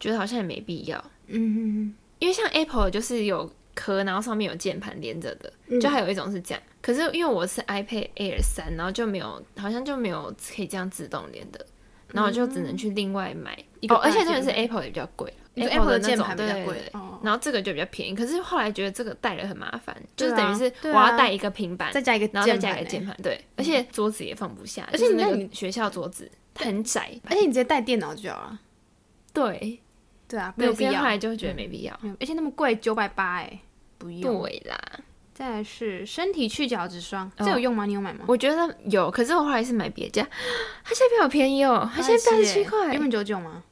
Speaker 2: 觉得好像也没必要，
Speaker 1: 嗯
Speaker 2: 因为像 Apple 就是有壳，然后上面有键盘连着的，
Speaker 1: 嗯
Speaker 2: 就还有一种是这样。可是因为我是 iPad Air 三，然后就没有，好像就没有可以这样自动连的。然后我就只能去另外买
Speaker 1: 一个
Speaker 2: 哦，而且
Speaker 1: 大
Speaker 2: 重点是
Speaker 1: 键
Speaker 2: Apple 也比较贵
Speaker 1: 你说
Speaker 2: 的
Speaker 1: 嗯的
Speaker 2: 那
Speaker 1: 键
Speaker 2: 种
Speaker 1: 盘比
Speaker 2: 对
Speaker 1: 较
Speaker 2: 对
Speaker 1: 贵
Speaker 2: 对
Speaker 1: 哦，
Speaker 2: 然后这个就比较便宜，可是后来觉得这个带了很麻烦，就
Speaker 1: 对啊
Speaker 2: 是等于是我
Speaker 1: 对啊
Speaker 2: 要带一个平板，
Speaker 1: 再加一个
Speaker 2: 然后再
Speaker 1: 键
Speaker 2: 加
Speaker 1: 盘
Speaker 2: 一
Speaker 1: 欸、
Speaker 2: 个键盘，对，而且桌子也放不下，
Speaker 1: 而且
Speaker 2: 就是
Speaker 1: 你
Speaker 2: 那
Speaker 1: 看
Speaker 2: 个
Speaker 1: 你
Speaker 2: 学校桌子很窄，
Speaker 1: 而且你直接带电脑就好了。
Speaker 2: 对，
Speaker 1: 对啊，没
Speaker 2: 对
Speaker 1: 有必
Speaker 2: 所以
Speaker 1: 要嗯
Speaker 2: 后，来就觉得没必要。
Speaker 1: 没有而且那么贵，九百八哎，不用。
Speaker 2: 对啦，
Speaker 1: 再来是身体去角质霜，
Speaker 2: 哦
Speaker 1: 这有用吗？你有买吗？
Speaker 2: 我觉得有，可是我后来是买别家， [gasps] 它现在比较便宜哦，它现在八十
Speaker 1: 也是
Speaker 2: 七
Speaker 1: 欸
Speaker 2: 块
Speaker 1: 原，本九九吗？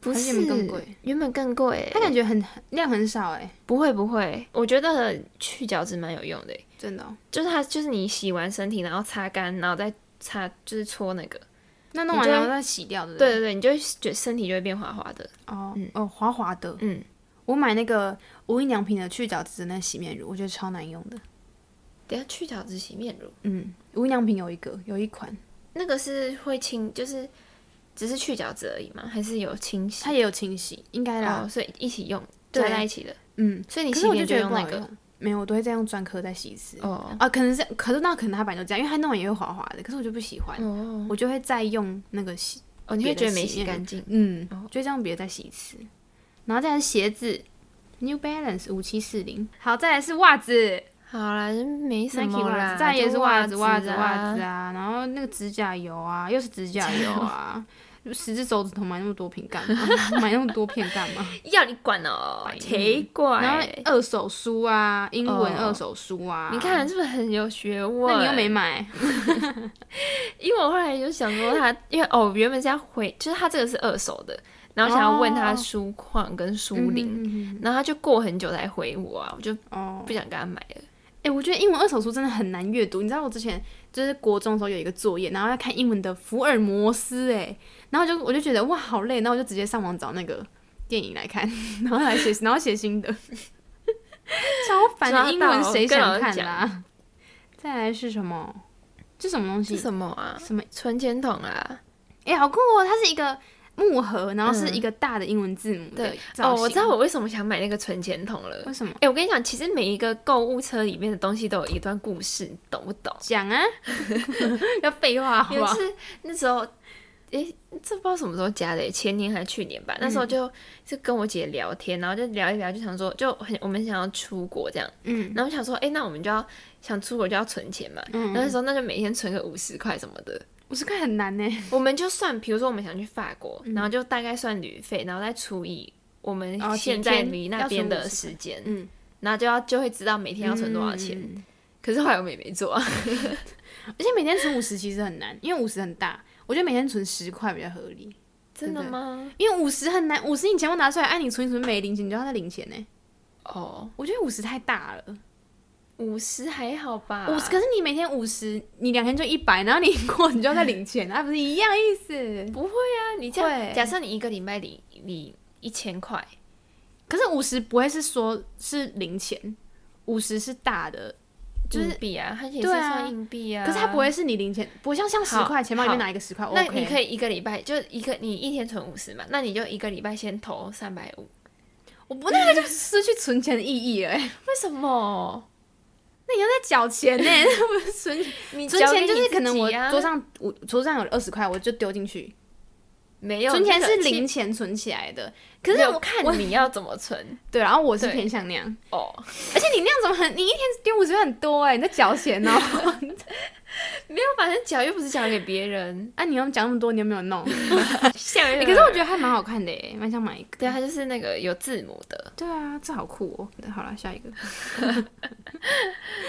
Speaker 2: 不
Speaker 1: 还
Speaker 2: 是
Speaker 1: 是原本更贵，
Speaker 2: 原本更贵
Speaker 1: 它。感觉很量很少哎，
Speaker 2: 不会不会，我觉得去角质蛮有用的，
Speaker 1: 真的哦。
Speaker 2: 就是它就是你洗完身体，然后擦干，然后再擦就是搓那个，
Speaker 1: 那弄完
Speaker 2: 你就会
Speaker 1: 然后再洗掉，对不
Speaker 2: 对
Speaker 1: 对？
Speaker 2: 对对，你就会觉得身体就会变滑滑的。
Speaker 1: 哦哦，滑滑的。
Speaker 2: 嗯，
Speaker 1: 我买那个无印良品的去角质的那洗面乳，我觉得超难用的。
Speaker 2: 等一下去角质洗面乳，
Speaker 1: 嗯，无印良品有一个有一款，
Speaker 2: 那个是会清，就是只是去角质而已吗？还是有清洗？
Speaker 1: 它也有清洗，应该啦。
Speaker 2: 哦，所以一起用，
Speaker 1: 对
Speaker 2: 加在一起的。
Speaker 1: 嗯，
Speaker 2: 所以你
Speaker 1: 可
Speaker 2: 洗
Speaker 1: 是我
Speaker 2: 脸
Speaker 1: 就觉得
Speaker 2: 用
Speaker 1: 不
Speaker 2: 那
Speaker 1: 好
Speaker 2: 个
Speaker 1: 用。没有，我都会再用专科再洗一次。
Speaker 2: 哦
Speaker 1: 啊，可能是，可是那可能它本来就这样，因为它弄完也会滑滑的，可是我就不喜欢，
Speaker 2: 哦
Speaker 1: 我就会再用那个洗，
Speaker 2: 哦，你
Speaker 1: 别
Speaker 2: 会
Speaker 1: 的
Speaker 2: 觉得没
Speaker 1: 洗
Speaker 2: 洗
Speaker 1: 面乳
Speaker 2: 干净。
Speaker 1: 嗯，
Speaker 2: 哦
Speaker 1: 就这样别的再洗一次，然后再来是鞋子，New Balance 五七四零，好，再来是袜子
Speaker 2: 好啦，就没什
Speaker 1: ，Nike
Speaker 2: 么
Speaker 1: 袜
Speaker 2: 啦，
Speaker 1: 子，再来也是
Speaker 2: 就
Speaker 1: 袜
Speaker 2: 子
Speaker 1: 子，袜子，
Speaker 2: 啊
Speaker 1: 袜子。啊，然后那个指甲油啊，又是指甲油
Speaker 2: [laughs]
Speaker 1: 啊，十只手指头买那么多瓶干嘛？ [laughs] 买那么多片干
Speaker 2: [laughs]
Speaker 1: 嘛？
Speaker 2: 要你管哦
Speaker 1: 白，目
Speaker 2: 奇怪。
Speaker 1: 哎然后二手书啊，英文
Speaker 2: 哦
Speaker 1: 二手书啊，
Speaker 2: 你，看是不是很有学问？
Speaker 1: 那你又没，买，
Speaker 2: 因为我后来就想
Speaker 1: [laughs]
Speaker 2: 说他，因为哦，原本是要回，就是他这个是二手的，然后想要问他
Speaker 1: 哦
Speaker 2: 书况跟书
Speaker 1: 嗯
Speaker 2: 龄，
Speaker 1: 嗯嗯
Speaker 2: 然后他就过很久才回我啊，我就
Speaker 1: 嗯哦
Speaker 2: 不。想跟他买了。
Speaker 1: 哎、我觉得英文二手书真的很难阅读。你知道我之前就是国中的时候有一个作业，然后要看英文的《福尔摩斯》哎，然后就我就觉得哇好累，然后我就直接上网找那个电影来看，然后来写，然后写新的， [laughs] 超烦
Speaker 2: 抓到
Speaker 1: 的英文谁想看
Speaker 2: 跟
Speaker 1: 啦、
Speaker 2: 老
Speaker 1: 再来是什么？这什么东西
Speaker 2: 是？什么啊？
Speaker 1: 什么？
Speaker 2: 存钱筒啊？
Speaker 1: 哎、好酷哦！它是一个木盒，然后是一个大的英文字母的
Speaker 2: 嗯对
Speaker 1: 造
Speaker 2: 哦，
Speaker 1: 型。
Speaker 2: 我知道我为什么想买那个存钱筒了。
Speaker 1: 为什么
Speaker 2: 哎、我跟你讲，其实每一个购物车里面的东西都有一段故事，你懂不懂？
Speaker 1: 讲啊？ [laughs] 要废话好不
Speaker 2: 有一
Speaker 1: 好？
Speaker 2: 次那时候，诶、这不知道什么时候加的，前年还是去年吧。那时
Speaker 1: 嗯
Speaker 2: 候就就跟我姐聊天，然后就聊一聊，就想说，就很我们想要出国这样，
Speaker 1: 嗯
Speaker 2: 然后想说，诶、那我们就要想出国就要存钱嘛。
Speaker 1: 嗯，
Speaker 2: 然后就说那就每天存个五十块什么的，
Speaker 1: 五十块很难呢。
Speaker 2: 我们就算，比如说我们想去法国，然后就大概算旅费，然后再除以我们
Speaker 1: 嗯哦几
Speaker 2: 现在
Speaker 1: 天
Speaker 2: 离那
Speaker 1: 要存
Speaker 2: 边的
Speaker 1: 50
Speaker 2: 时间，
Speaker 1: 嗯，
Speaker 2: 然后就要就会知道每天要存多少钱。
Speaker 1: 嗯
Speaker 2: 可是后来我们也没做啊，
Speaker 1: 而且每天存五十其实很难，因为五十很大。我觉得每天存十块比较合理，
Speaker 2: [laughs] 真的
Speaker 1: 对
Speaker 2: 吗？
Speaker 1: 因为五十很难，五十你钱包拿出来，按、啊你存一存没零钱，你就要再零钱呢。
Speaker 2: 哦，
Speaker 1: 我觉得五十太大了，
Speaker 2: 五十还好吧，
Speaker 1: 五十、可是你每天五十，你两天就一百，然后你过你就要再零钱，啊那不是一样意思？
Speaker 2: 不会啊，你这样
Speaker 1: 会
Speaker 2: 假设你一个礼拜领领一千块，
Speaker 1: 可是五十不会是说是零钱，五十是大的，就是
Speaker 2: 硬币啊，它也是
Speaker 1: 对啊
Speaker 2: 算硬币啊。
Speaker 1: 可是它不会是你零钱，不像像十
Speaker 2: 好
Speaker 1: 块钱包里面
Speaker 2: 好
Speaker 1: 拿一个十块，
Speaker 2: 那你可
Speaker 1: 以，
Speaker 2: 以一个礼拜就一个，你一天存五十嘛，那你就一个礼拜先投三百五。
Speaker 1: 我不那个就失去存钱的意义了、欸， [laughs]
Speaker 2: 为什么？
Speaker 1: 那你要再缴钱呢、 [laughs] 那不是存
Speaker 2: 你
Speaker 1: 存
Speaker 2: 交给
Speaker 1: 钱
Speaker 2: 你
Speaker 1: 就是
Speaker 2: 自
Speaker 1: 可能我
Speaker 2: 己啊
Speaker 1: 桌上我桌上有二十块，我就丢进去。
Speaker 2: 没有
Speaker 1: 存钱
Speaker 2: 这
Speaker 1: 是
Speaker 2: 个
Speaker 1: 零
Speaker 2: 其，
Speaker 1: 钱存起来的，可是
Speaker 2: 没有
Speaker 1: 我
Speaker 2: 看
Speaker 1: 我
Speaker 2: 你要怎么
Speaker 1: [laughs]
Speaker 2: 存
Speaker 1: 对，然后我是
Speaker 2: 对
Speaker 1: 偏向那样，
Speaker 2: 哦。
Speaker 1: 而且你那样怎么很？你一天丢五十很多哎、你在缴钱哦。 [laughs]
Speaker 2: 没有，反正缴又不是缴给
Speaker 1: [laughs]
Speaker 2: 别人。
Speaker 1: 啊，你要讲那么多，你有没有弄？欸
Speaker 2: 吓人
Speaker 1: 可是我觉得还蛮好看的哎、蛮想买一个。
Speaker 2: 对，啊它就是那个有字母的，
Speaker 1: 对啊，这好酷哦、对好了，下一个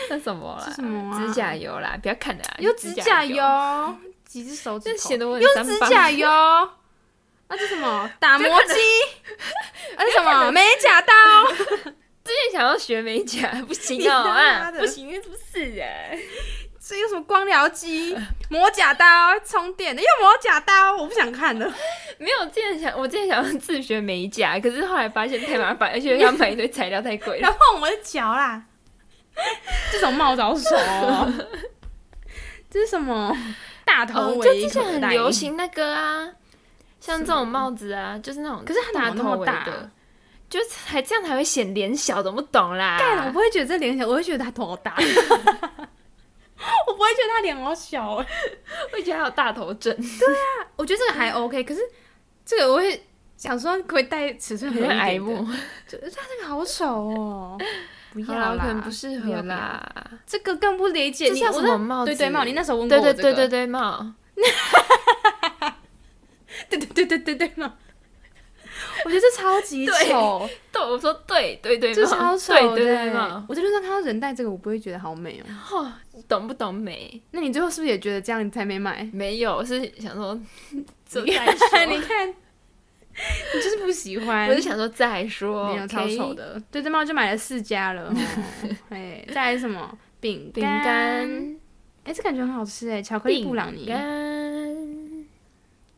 Speaker 2: 那什么啦？
Speaker 1: 是什么啊
Speaker 2: 指甲油啦，不要看啦，
Speaker 1: 有指甲油，几只手指
Speaker 2: 这
Speaker 1: 头，
Speaker 2: 显得我很
Speaker 1: 有
Speaker 2: 三
Speaker 1: 指
Speaker 2: 八
Speaker 1: 甲油。 [laughs] 啊，这什么打磨 [laughs] 机？啊，这什么美甲刀？
Speaker 2: 最近想要学美甲，不行
Speaker 1: [laughs]
Speaker 2: 哦
Speaker 1: 你他妈
Speaker 2: 啊，
Speaker 1: 的
Speaker 2: 不行，那不是哎。
Speaker 1: 这有什么光疗机、磨甲刀、充电的，又磨甲刀，我不想看
Speaker 2: [laughs]
Speaker 1: 了。
Speaker 2: 没有，我之前想，我之前想要自学美甲，可是后来发现太麻烦，而且要买一堆材料太贵
Speaker 1: 要
Speaker 2: 了。
Speaker 1: 碰我的脚啦！这种冒着手、 [laughs] 这是什么？大头
Speaker 2: 哦，
Speaker 1: 围
Speaker 2: 就
Speaker 1: 一
Speaker 2: 之
Speaker 1: 口
Speaker 2: 前很
Speaker 1: 袋
Speaker 2: 流，行那个啊，像这种帽子啊，就是那种
Speaker 1: 可是它
Speaker 2: 大
Speaker 1: 哪有那
Speaker 2: 头
Speaker 1: 么
Speaker 2: 围
Speaker 1: 大
Speaker 2: 的，就是还这样才会显脸小，懂不懂啦？
Speaker 1: 但我不会觉得这脸小，我会觉得他头好大。 [laughs] 我不会觉得他脸好小、
Speaker 2: [laughs] 会觉得还有大头症，
Speaker 1: 我觉得这个还 OK，可是这个我会想说可不可以带尺寸合
Speaker 2: 很
Speaker 1: 一
Speaker 2: 挨
Speaker 1: 点的
Speaker 2: 磨，，
Speaker 1: 就它这个好丑哦，不
Speaker 2: 好
Speaker 1: 要
Speaker 2: 啦，
Speaker 1: 啦，
Speaker 2: 我可能不适
Speaker 1: 不要
Speaker 2: 合
Speaker 1: 不要
Speaker 2: 啦。
Speaker 1: 这个更不理解
Speaker 2: 这
Speaker 1: 你。
Speaker 2: 叫
Speaker 1: 我
Speaker 2: 什
Speaker 1: 在
Speaker 2: 么帽子？
Speaker 1: 对对帽，你那时候问过
Speaker 2: 对
Speaker 1: 我
Speaker 2: 对
Speaker 1: 这
Speaker 2: 对
Speaker 1: 个
Speaker 2: 对对帽，
Speaker 1: 对对对对对对嘛，我觉得这超级
Speaker 2: 对
Speaker 1: 丑，
Speaker 2: 对，我说对对对
Speaker 1: 这超
Speaker 2: 帽
Speaker 1: 丑
Speaker 2: 对
Speaker 1: 的
Speaker 2: 对对帽，
Speaker 1: 我在路上看到人戴这个，我不会觉得好美哦。
Speaker 2: 哦，懂不懂美？
Speaker 1: 那你最后是不是也觉得这样你才没买？
Speaker 2: 没有，我是想说就
Speaker 1: 你
Speaker 2: 再
Speaker 1: 看， [laughs] 你
Speaker 2: 说，
Speaker 1: 看， [laughs] 你就是哦不喜欢。
Speaker 2: 我是想说再说
Speaker 1: 没有超
Speaker 2: ，OK
Speaker 1: 丑的。对，这猫就买了四家 [laughs] 了。哦哎，再来是什么饼
Speaker 2: 饼
Speaker 1: 干？
Speaker 2: 干，
Speaker 1: 哎，这感觉很好吃哎，巧克力
Speaker 2: 饼
Speaker 1: 布朗尼。
Speaker 2: 干。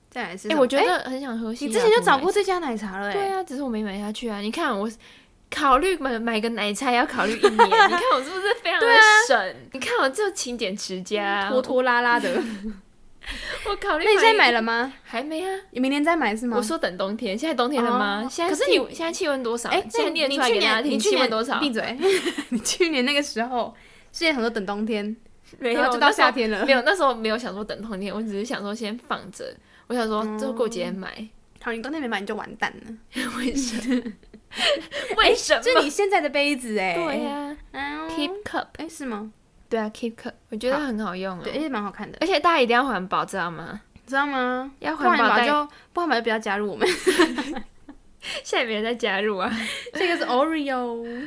Speaker 1: 再来是
Speaker 2: 哎，
Speaker 1: 什
Speaker 2: 我
Speaker 1: 么
Speaker 2: 觉得很想喝西
Speaker 1: 你
Speaker 2: 雅
Speaker 1: 之
Speaker 2: 图奶茶。
Speaker 1: 前就找过这家奶茶了哎。
Speaker 2: 对啊，只是我没买下去啊。你看我考虑买买个奶茶也要考虑一年，你看我是不是非
Speaker 1: [laughs]
Speaker 2: 常的省？你看我就勤俭持家，
Speaker 1: 啊嗯
Speaker 2: 啊
Speaker 1: 拖拖拉
Speaker 2: [laughs]
Speaker 1: 拉的。
Speaker 2: 我我考虑。
Speaker 1: 那你现在买了吗？
Speaker 2: 还没啊？
Speaker 1: 你明年再买是吗？
Speaker 2: 我说等冬天，现在冬天了吗？
Speaker 1: 哦
Speaker 2: 现在
Speaker 1: 可是
Speaker 2: 气
Speaker 1: 你
Speaker 2: 现在气温多少？
Speaker 1: 哎，
Speaker 2: 啊现在
Speaker 1: 那
Speaker 2: 念
Speaker 1: 你
Speaker 2: 出来
Speaker 1: 去
Speaker 2: 给大家
Speaker 1: 年
Speaker 2: 听，
Speaker 1: 你去
Speaker 2: 气温
Speaker 1: 年
Speaker 2: 多少？
Speaker 1: 闭
Speaker 2: [laughs]
Speaker 1: 嘴！你去年那个时候，之前很多等冬天，
Speaker 2: 没
Speaker 1: 然
Speaker 2: 有，
Speaker 1: 后就到夏
Speaker 2: 天。
Speaker 1: 天了
Speaker 2: 没。有，那时候没有想说等冬天，我只是想说先放着。我想说，
Speaker 1: 哦
Speaker 2: 就过节买，
Speaker 1: 好，你冬天没买你就完蛋了。 [laughs]
Speaker 2: 为什么？为什么？
Speaker 1: 这是你现在的杯子哎。
Speaker 2: 哎 [laughs] 对呀
Speaker 1: 哎呦
Speaker 2: ，Keep Cup，
Speaker 1: 哎是吗？
Speaker 2: 对啊，Keep Cup，我觉得
Speaker 1: 好
Speaker 2: 很好用啊。
Speaker 1: 对，而且蛮好看的，
Speaker 2: 而且大家一定要环保，知道吗？
Speaker 1: 知道吗？
Speaker 2: 要
Speaker 1: 不
Speaker 2: 环
Speaker 1: 然
Speaker 2: 保
Speaker 1: 吧
Speaker 2: 袋，
Speaker 1: 就不然吧就不要加入我们。
Speaker 2: [laughs] 现在没人在加入啊。
Speaker 1: 这个是 Oreo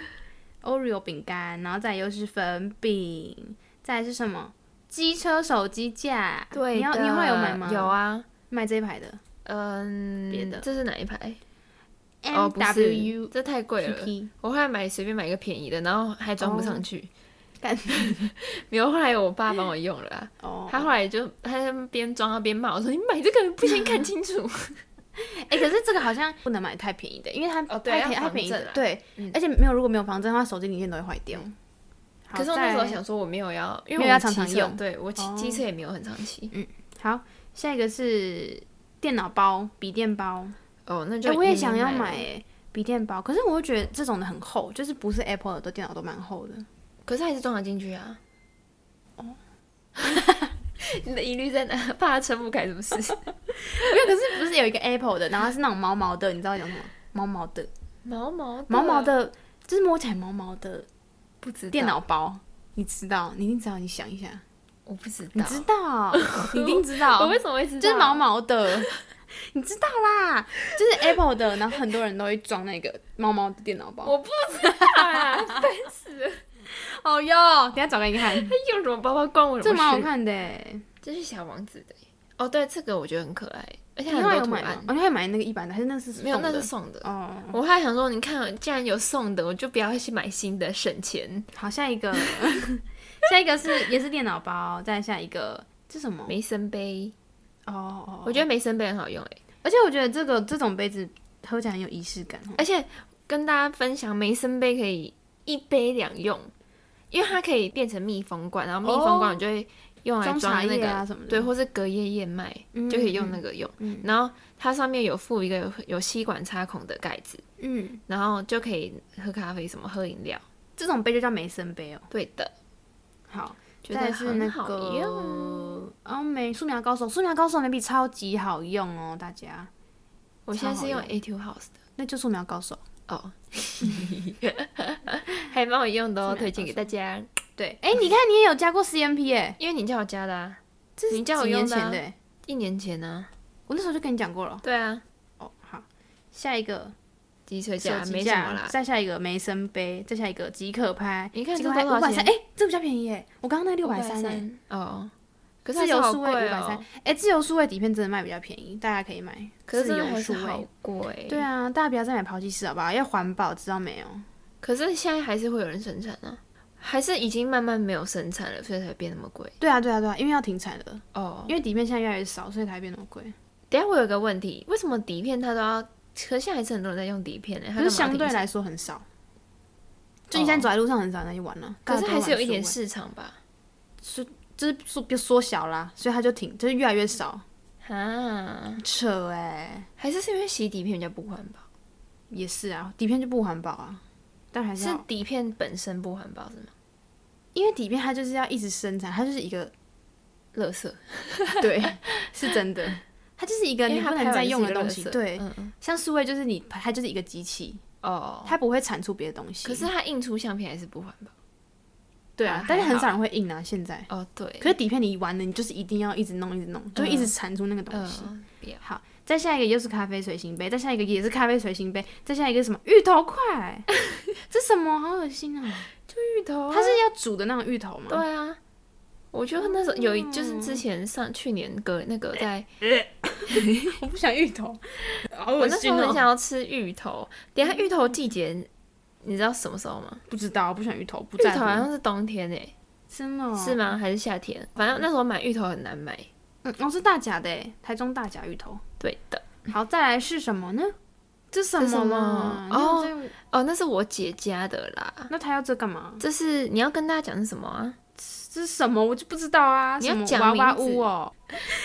Speaker 1: Oreo 饼干，然后再来又是粉饼，再来是什么？机车手机架，你要
Speaker 2: 的
Speaker 1: 你后来有买吗？
Speaker 2: 有，啊，
Speaker 1: 买这一排的
Speaker 2: 嗯，
Speaker 1: 别的
Speaker 2: 这是哪一排？
Speaker 1: M
Speaker 2: 哦，不是
Speaker 1: W，U
Speaker 2: 这太贵
Speaker 1: P
Speaker 2: 了。
Speaker 1: P，
Speaker 2: 我后来买随便买一个便宜的，然后还装不上去。
Speaker 1: 干
Speaker 2: [laughs] 没有，后来我爸帮我用了啊。
Speaker 1: 哦，
Speaker 2: 他后来就他在那边装他边骂我说：“你买这个不先看清楚。
Speaker 1: 哎、可是这个好像不能买太便宜的，因为它
Speaker 2: 哦对
Speaker 1: 太便
Speaker 2: 要
Speaker 1: 太
Speaker 2: 防
Speaker 1: 便宜
Speaker 2: 震
Speaker 1: 的
Speaker 2: 啊，
Speaker 1: 对，
Speaker 2: 嗯
Speaker 1: 而且没有如果没有防震的话，手机零件都会坏掉。”
Speaker 2: 可是我那时候
Speaker 1: 好，再来
Speaker 2: 想说我没有要，因
Speaker 1: 没有
Speaker 2: 为我
Speaker 1: 要
Speaker 2: 骑
Speaker 1: 常常
Speaker 2: 车
Speaker 1: 用
Speaker 2: 对我骑
Speaker 1: 哦
Speaker 2: 机车也没有很常骑。
Speaker 1: 好，下一个是电脑包、笔电包，
Speaker 2: 哦，那
Speaker 1: 哎、
Speaker 2: 就
Speaker 1: 我也
Speaker 2: 已经
Speaker 1: 想要
Speaker 2: 了
Speaker 1: 买、哎笔电包，可是我会觉得这种的很厚，就是不是 Apple 的都电脑都蛮厚的。
Speaker 2: 可是还是装得进去啊。哦， [laughs] 你的疑虑在哪？ [laughs] 怕它撑不开
Speaker 1: [laughs]
Speaker 2: 是不是？
Speaker 1: 没有，可是不是有一个 Apple 的，然后它是那种毛毛的，你知道讲什么？毛毛的，
Speaker 2: 毛毛
Speaker 1: 毛毛的，就是摸起来毛毛的
Speaker 2: 不知道
Speaker 1: 电脑包，你知道？你一定知道，你想一下，
Speaker 2: 我不知
Speaker 1: 你
Speaker 2: 道，
Speaker 1: 知 [laughs] 道，你一定知道。
Speaker 2: 我为什么会知道？
Speaker 1: 就是毛毛的， [laughs] 你知道啦，就是 Apple 的，然后很多人都会装那个毛毛的电脑包。
Speaker 2: 我不知道啊， [laughs] 烦死了！
Speaker 1: 哦哟，等一下找给你看，
Speaker 2: 他用什么包包关我
Speaker 1: [laughs]
Speaker 2: 什
Speaker 1: 这蛮
Speaker 2: 么
Speaker 1: 好
Speaker 2: 事？
Speaker 1: 看的欸。
Speaker 2: 这是小王子的耶哦，对，这个我觉得很可爱，而且
Speaker 1: 你
Speaker 2: 很
Speaker 1: 后来
Speaker 2: 多
Speaker 1: 有
Speaker 2: 图
Speaker 1: 买吗
Speaker 2: 案？。
Speaker 1: 哦，你还买那个一版的，还是那是
Speaker 2: 没有，
Speaker 1: 送的
Speaker 2: 那是送的。
Speaker 1: 哦。
Speaker 2: 我还想说，你看，既然有送的，我就不要去买新的，省钱。
Speaker 1: 好，下一个， [laughs] 下一个是也是电脑包，再下一个这什么？
Speaker 2: 梅森杯，
Speaker 1: 哦哦哦，
Speaker 2: 我觉得梅森杯很好用欸诶，
Speaker 1: 而且我觉得这个这种杯子喝起来很有仪式感哦。
Speaker 2: 而且跟大家分享，梅森杯可以一杯两用，因为它可以变成密封罐，然后密封罐
Speaker 1: 哦
Speaker 2: 我就会用来
Speaker 1: 装
Speaker 2: 装
Speaker 1: 茶
Speaker 2: 那
Speaker 1: 叶
Speaker 2: 个
Speaker 1: 啊什么的，
Speaker 2: 对，或是隔夜燕麦、
Speaker 1: 嗯
Speaker 2: 就可以用那个用。
Speaker 1: 嗯
Speaker 2: 然后它上面有附一个有有吸管插孔的盖子，
Speaker 1: 嗯，
Speaker 2: 然后就可以喝咖啡什么喝饮料。
Speaker 1: 这种杯就叫梅森杯哦。
Speaker 2: 对的，
Speaker 1: 好，
Speaker 2: 觉
Speaker 1: 再
Speaker 2: 得
Speaker 1: 是那
Speaker 2: 很好用。
Speaker 1: 个欧美素描高手，素描高手那笔超级好用哦，大家，
Speaker 2: 我现在是用
Speaker 1: 超好
Speaker 2: A Two House 的
Speaker 1: 那就素描高手。
Speaker 2: [laughs] 哦，还蛮好用的哦，
Speaker 1: 真的
Speaker 2: 推荐给大家。
Speaker 1: 对，哎、你看你也有加过 CMP 哎、
Speaker 2: 因为你叫我加的、啊，
Speaker 1: 这是
Speaker 2: 你叫我
Speaker 1: 几年
Speaker 2: 用的啊
Speaker 1: 前的、欸，
Speaker 2: 一年前啊呢、
Speaker 1: 我那时候就跟你讲过了
Speaker 2: 啊。。对啊，
Speaker 1: 哦，好，下一个
Speaker 2: 机车
Speaker 1: 手
Speaker 2: 架
Speaker 1: 机
Speaker 2: 没什么
Speaker 1: 架，
Speaker 2: 啦。
Speaker 1: 再下一个梅森杯，再下一个即可拍，
Speaker 2: 你看
Speaker 1: 即
Speaker 2: 这
Speaker 1: 可
Speaker 2: 多
Speaker 1: 拍五
Speaker 2: 少
Speaker 1: 百三，
Speaker 2: 钱？
Speaker 1: 哎，这比较便宜哎、我刚刚那六百三哎，
Speaker 2: 530哦，可
Speaker 1: 自
Speaker 2: 是还是
Speaker 1: 由
Speaker 2: 好
Speaker 1: 数位
Speaker 2: 贵
Speaker 1: 五百三
Speaker 2: 哦。，
Speaker 1: 哎，自由数位底片真的卖比较便宜，大家可以买。
Speaker 2: 可是
Speaker 1: 自
Speaker 2: 真的
Speaker 1: 由
Speaker 2: 还是
Speaker 1: 数
Speaker 2: 好
Speaker 1: 位，
Speaker 2: 贵。
Speaker 1: 对啊，大家不要再买抛弃式好不好？要环保，知道没有？
Speaker 2: 可是现在还是会有人生产啊，还是已经慢慢没有生产了，所以才变那么贵
Speaker 1: 对啊，对啊，对啊，因为要停产了，
Speaker 2: 哦
Speaker 1: 因为底片现在越来越少，所以才会变那么贵。
Speaker 2: 等一下我有个问题，为什么底片它都要？可是现在还是很多人在用底片呢、它
Speaker 1: 可
Speaker 2: 干嘛
Speaker 1: 是相对
Speaker 2: 停产，
Speaker 1: 来说很少，就你现在走在路上很少人家去玩了，
Speaker 2: 可是还是
Speaker 1: 大家都
Speaker 2: 有一
Speaker 1: 玩
Speaker 2: 点
Speaker 1: 数位，
Speaker 2: 市场吧？
Speaker 1: 就是缩就缩小啦，所以它就挺就是越来越少。
Speaker 2: 啊，
Speaker 1: 扯哎、
Speaker 2: 还是是因为洗底片比较不环保，
Speaker 1: 也是啊，底片就不环保啊，但还是
Speaker 2: 是
Speaker 1: 要
Speaker 2: 底片本身不环保是吗？
Speaker 1: 因为底片它就是要一直生产，它就是一个 [laughs]
Speaker 2: 垃圾，
Speaker 1: 对，是真的。它就是一个
Speaker 2: 因
Speaker 1: 你
Speaker 2: 为它
Speaker 1: 不
Speaker 2: 拍
Speaker 1: 能
Speaker 2: 完
Speaker 1: 再
Speaker 2: 就是
Speaker 1: 用
Speaker 2: 一
Speaker 1: 的
Speaker 2: 个
Speaker 1: 东
Speaker 2: 垃
Speaker 1: 西。
Speaker 2: 圾
Speaker 1: 对，
Speaker 2: 嗯嗯
Speaker 1: 像数位就是你，它就是一个机器，
Speaker 2: 哦，
Speaker 1: 它不会产出别的东西。
Speaker 2: 可是它印出相片还是不还吧？
Speaker 1: 对
Speaker 2: 还
Speaker 1: 啊
Speaker 2: 好，
Speaker 1: 但是很少人会印啊，现在。
Speaker 2: 哦，对，
Speaker 1: 可是底片你玩了，你就是一定要一直弄，一直弄，就一直产出那个东西。
Speaker 2: 嗯，不要
Speaker 1: 好，再下一个又是咖啡随行杯，再下一个也是咖啡随行杯，再下一个是什么芋头
Speaker 2: [laughs]
Speaker 1: 块？这什么？好恶心啊！
Speaker 2: 芋头
Speaker 1: 它是要煮的那种芋头吗？
Speaker 2: 对啊，我觉得那时候有一就是
Speaker 1: 嗯
Speaker 2: 之前上去年隔那个在，
Speaker 1: 哎我不想芋
Speaker 2: [laughs]
Speaker 1: 头，好
Speaker 2: 我
Speaker 1: 恶
Speaker 2: 那时
Speaker 1: 心
Speaker 2: 候很
Speaker 1: 哦！嗯
Speaker 2: 想要吃芋头，等一下芋头季节你知道什么时候吗？
Speaker 1: 不知道，不想芋头，不
Speaker 2: 芋
Speaker 1: 在
Speaker 2: 头好
Speaker 1: 乎。
Speaker 2: 像是冬天诶、
Speaker 1: 真的哦
Speaker 2: 是？吗？还是夏天？反正那时候买芋头很难买。
Speaker 1: 嗯，哦，是大甲的耶，台中大甲芋头。
Speaker 2: 对的，
Speaker 1: 好，再来是什么呢？这什
Speaker 2: 这什么
Speaker 1: 啦？
Speaker 2: 哦
Speaker 1: 你有在，
Speaker 2: 哦，那是我姐家的啦。
Speaker 1: 那他要这干嘛？
Speaker 2: 这是你要跟大家讲是什么啊？
Speaker 1: 这是什么？我就不知道啊。
Speaker 2: 你要
Speaker 1: 什么
Speaker 2: 讲
Speaker 1: 娃娃
Speaker 2: 名字
Speaker 1: 屋哦，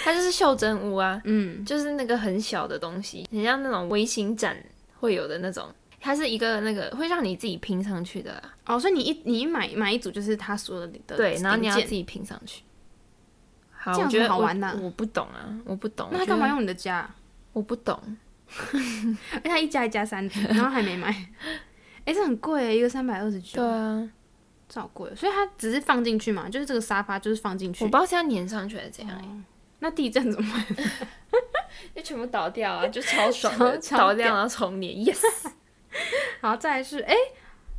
Speaker 2: 它就是袖珍屋啊，
Speaker 1: 嗯，
Speaker 2: 就是那个很小的东西，很像那种微型展会有的那种。它是一个那个会让你自己拼上去的啦，
Speaker 1: 哦，所以你一你一买买一组就是他说的的
Speaker 2: 对，然后你要
Speaker 1: 零
Speaker 2: 自
Speaker 1: 件
Speaker 2: 己拼上去。好，
Speaker 1: 这
Speaker 2: 我
Speaker 1: 样
Speaker 2: 觉
Speaker 1: 子
Speaker 2: 得
Speaker 1: 好
Speaker 2: 我
Speaker 1: 玩呐
Speaker 2: 我不懂啊，我不懂。
Speaker 1: 那
Speaker 2: 我
Speaker 1: 他
Speaker 2: 觉
Speaker 1: 干嘛
Speaker 2: 得？
Speaker 1: 用你的家啊？
Speaker 2: 我不懂，
Speaker 1: 而且他一家一家三组，然后还没买。 [laughs] 哎、这很贵耶，一个三百二十九
Speaker 2: 对，啊，
Speaker 1: 这好贵哦。所以他只是放进去嘛，就是这个沙发就是放进
Speaker 2: 我
Speaker 1: 去
Speaker 2: 不知。道是要粘上去还是怎样欸、
Speaker 1: 那地震怎么办？ [laughs]
Speaker 2: 就全部倒掉啊，就 [laughs] 超爽的，
Speaker 1: 超超
Speaker 2: 倒掉然后重粘，yes。
Speaker 1: 好，再来是哎、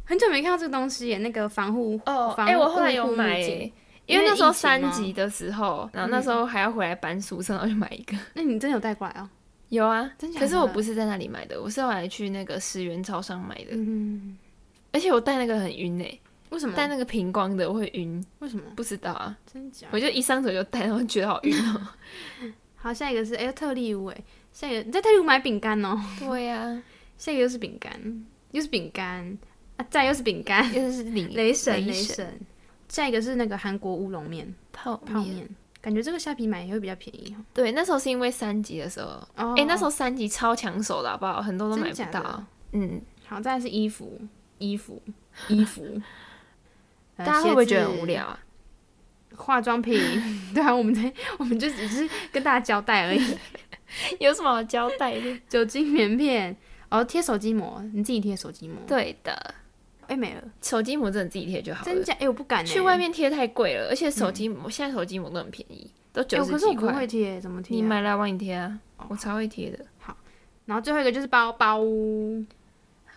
Speaker 1: 很久没看到这个东西耶，那个防护
Speaker 2: 哦，
Speaker 1: 防
Speaker 2: 哎、我后来
Speaker 1: 护
Speaker 2: 有
Speaker 1: 护目
Speaker 2: 买
Speaker 1: 镜
Speaker 2: 欸，因为
Speaker 1: 因为
Speaker 2: 那时候
Speaker 1: 疫情
Speaker 2: 三
Speaker 1: 吗
Speaker 2: 级嗯的时候，然后那时候还要回来搬宿舍，然后就买一个。
Speaker 1: 那你真的有带过来哦？
Speaker 2: 有啊
Speaker 1: 真，假
Speaker 2: 可是我
Speaker 1: 的
Speaker 2: 不是在那里买的，我是后来去那个十元超商买的，
Speaker 1: 嗯，
Speaker 2: 而且我戴那个很晕诶、
Speaker 1: 为什么？
Speaker 2: 戴那个平光的我会晕，
Speaker 1: 为什么？
Speaker 2: 不知道啊，
Speaker 1: 真假？
Speaker 2: 我就一上手就戴，然后觉得好晕哦、
Speaker 1: 好，下一个是哎、特例屋哎，下一个你在特例屋买饼干哦，
Speaker 2: [laughs]
Speaker 1: [laughs]
Speaker 2: 对啊呀、
Speaker 1: 下一个又是饼干，又是饼干啊，再又是饼干，
Speaker 2: [laughs] 又是领
Speaker 1: 雷神
Speaker 2: 雷
Speaker 1: 雷神，下一个是那个韩国乌龙面
Speaker 2: 泡
Speaker 1: 泡
Speaker 2: 面。
Speaker 1: 面，感觉这个虾皮买也会比较便宜哦。
Speaker 2: 对，那时候是因为三级的时候，
Speaker 1: 哦
Speaker 2: 哎、那时候三级超抢手的好不好？很多都
Speaker 1: 真
Speaker 2: 买不
Speaker 1: 假
Speaker 2: 到
Speaker 1: 的。
Speaker 2: 嗯，
Speaker 1: 好，再来是衣服，衣
Speaker 2: [laughs]
Speaker 1: 服，衣服，呃
Speaker 2: 大家会不会觉得
Speaker 1: 鞋
Speaker 2: 很
Speaker 1: 子
Speaker 2: 无
Speaker 1: [laughs]
Speaker 2: 聊啊？
Speaker 1: 化妆
Speaker 2: [laughs]
Speaker 1: 品，对啊，我们在我们就只是跟大家交代而
Speaker 2: [laughs]
Speaker 1: 已。
Speaker 2: 有什么好交代的？
Speaker 1: 酒精棉片，哦，贴手机膜，你自己贴手机膜。
Speaker 2: 对的，
Speaker 1: 哎、没了，
Speaker 2: 手机膜真的自己贴就好了。
Speaker 1: 真假？哎、我不敢、欸。
Speaker 2: 去外面贴太贵了，而且手机膜、现在手机膜都很便宜，都
Speaker 1: 哎、
Speaker 2: 九
Speaker 1: 我可
Speaker 2: 十
Speaker 1: 是我
Speaker 2: 几
Speaker 1: 不会
Speaker 2: 块。
Speaker 1: 贴，哦怎么贴、
Speaker 2: 你买来我帮你贴啊，我超会贴的。
Speaker 1: 然后最后一个就是包包，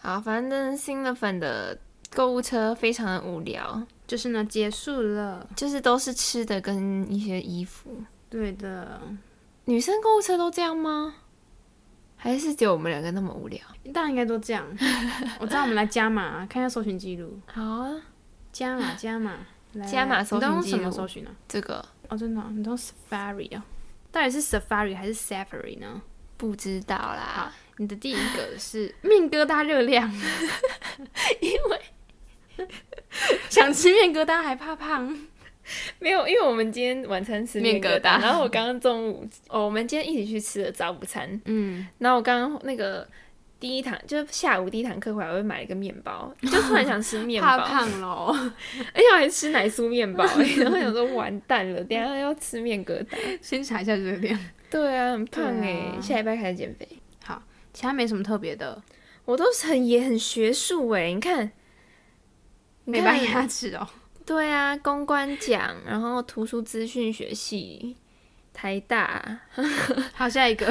Speaker 2: 好，反正新乐粉的购物车非常的无聊，
Speaker 1: 就是呢，结束了。
Speaker 2: 就是都是吃的跟一些衣服。
Speaker 1: 对的，
Speaker 2: 女生购物车都这样吗？还是只有我们两个那么无聊？
Speaker 1: 大家应该都这样。
Speaker 2: [laughs]
Speaker 1: 我知道，我们来加码，看一下搜寻记录。
Speaker 2: 好啊，
Speaker 1: 加码，加码，来
Speaker 2: 加码
Speaker 1: 来
Speaker 2: 搜寻
Speaker 1: 你都用
Speaker 2: 记
Speaker 1: 什么
Speaker 2: 录
Speaker 1: 搜寻呢、
Speaker 2: 这个
Speaker 1: 哦，真的哦、你都用 Safari 哦？到底是 Safari 还是 Safari 呢？
Speaker 2: 不知道啦，
Speaker 1: 你的第一个
Speaker 2: [laughs]
Speaker 1: 是面疙瘩热量，因为
Speaker 2: [laughs]
Speaker 1: 想吃面疙瘩还怕胖，
Speaker 2: 没有，因为我们今天晚餐吃
Speaker 1: 面
Speaker 2: 面疙
Speaker 1: 疙瘩
Speaker 2: 瘩，然后我刚刚中午，哦，我们今天一起去吃了早午餐，
Speaker 1: 嗯，
Speaker 2: 然后我刚刚那个第一堂就是下午第一堂课回来，我又买了一个面 [laughs] 包，就突然想吃面包，
Speaker 1: 怕胖喽。
Speaker 2: [laughs] 而且我还吃奶酥面包、 [laughs] 欸，然后想说完蛋了，等一下要吃面疙瘩。
Speaker 1: 先查一下热量，
Speaker 2: 对啊，很胖哎、
Speaker 1: 对啊
Speaker 2: 下礼拜开始减肥。
Speaker 1: 其他没什么特别的，
Speaker 2: 我都是很也很学术哎、你看，
Speaker 1: 美白牙齿哦，
Speaker 2: 对啊，公关奖，然后图书资讯学系。台大，
Speaker 1: [laughs] 好，下一 [laughs] 个，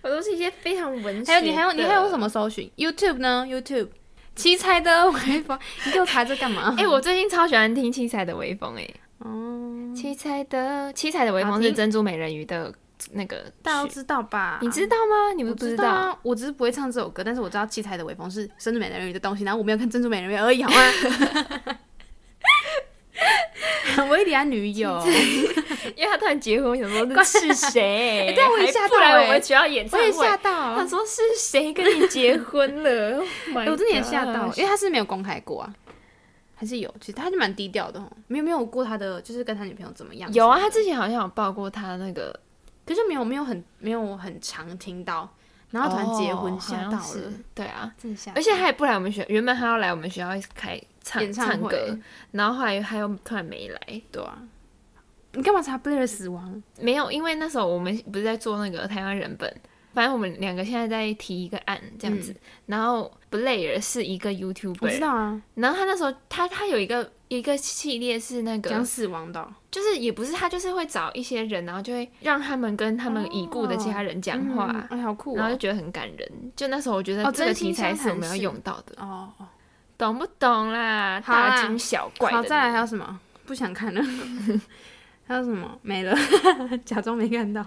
Speaker 2: 我都是一些非常文学。
Speaker 1: 还有你还有你还有什
Speaker 2: 么？
Speaker 1: 么搜寻？YouTube 呢？YouTube 七彩 [laughs] 的微博，你给我查这干嘛？
Speaker 2: 哎、我最近超喜欢听七彩的微风、哎，
Speaker 1: 哦，
Speaker 2: 七彩的七彩的微
Speaker 1: 好
Speaker 2: 风
Speaker 1: 听
Speaker 2: 是珍珠美人鱼的那个
Speaker 1: 大家都
Speaker 2: 曲
Speaker 1: 知道吧？
Speaker 2: 你知道吗？你
Speaker 1: 我
Speaker 2: 们不
Speaker 1: 知
Speaker 2: 道？
Speaker 1: 啊，我只是不会唱这首歌，但是我知道《七彩的微风》是《珍珠美人鱼》的东西，然后我没有看《珍珠美人鱼》而已，好吗？ [laughs] 维里安女友，
Speaker 2: 因为他突然结婚，我想说那是
Speaker 1: [laughs]
Speaker 2: 谁？
Speaker 1: 对我也吓到
Speaker 2: 还不来
Speaker 1: 欸
Speaker 2: 我们学校演
Speaker 1: 我
Speaker 2: 唱
Speaker 1: 也吓
Speaker 2: 会。
Speaker 1: 到
Speaker 2: 他
Speaker 1: 了，
Speaker 2: 说是谁跟你结婚
Speaker 1: [laughs] 哎
Speaker 2: 了？Oh my
Speaker 1: 我真的也吓到，
Speaker 2: gosh
Speaker 1: 因为他是没有公开过啊，还是有，其实他就蛮低调的哦，没有没有过他的，就是跟他女朋友怎么样，
Speaker 2: 有啊，，他之前好像有报过他那个，
Speaker 1: 可是没有没有很没有很常听到，然后突然结婚
Speaker 2: 哦
Speaker 1: 吓到。
Speaker 2: 好像
Speaker 1: 了
Speaker 2: 是，对啊，
Speaker 1: 真的吓到，
Speaker 2: 而且他也不来我们学，原本他要来我们学校开唱
Speaker 1: 演唱
Speaker 2: 唱
Speaker 1: 会
Speaker 2: 歌，然后后来他又突然没来。
Speaker 1: 对啊，你干嘛查贝尔的死亡？
Speaker 2: 没有，因为那时候我们不是在做那个台湾人本，反正我们两个现在在提一个案这样子。然后 Blair 是一个
Speaker 1: 嗯我知
Speaker 2: YouTuber，
Speaker 1: 道啊，
Speaker 2: 然后他那时候他他有一个一个系列是那个
Speaker 1: 讲死亡的哦、
Speaker 2: 就是也不是他，就是会找一些人，然后就会让他们跟他们已故的家人讲话，
Speaker 1: 嗯哎，好酷
Speaker 2: 然后就
Speaker 1: 哦！
Speaker 2: 觉得很感人。就那时候我觉得
Speaker 1: 哦
Speaker 2: 这
Speaker 1: 真
Speaker 2: 个题
Speaker 1: 心
Speaker 2: 材
Speaker 1: 相
Speaker 2: 是我
Speaker 1: 谈
Speaker 2: 们要
Speaker 1: 式
Speaker 2: 用到的，
Speaker 1: 哦，哦
Speaker 2: 懂不懂啦？
Speaker 1: 好
Speaker 2: 大
Speaker 1: 啦
Speaker 2: 惊小怪的
Speaker 1: 好，
Speaker 2: 那
Speaker 1: 再来还
Speaker 2: 种
Speaker 1: 有什么？不想看 [laughs] 了，还有什么？没了， [laughs] 假装没 [laughs] 看到。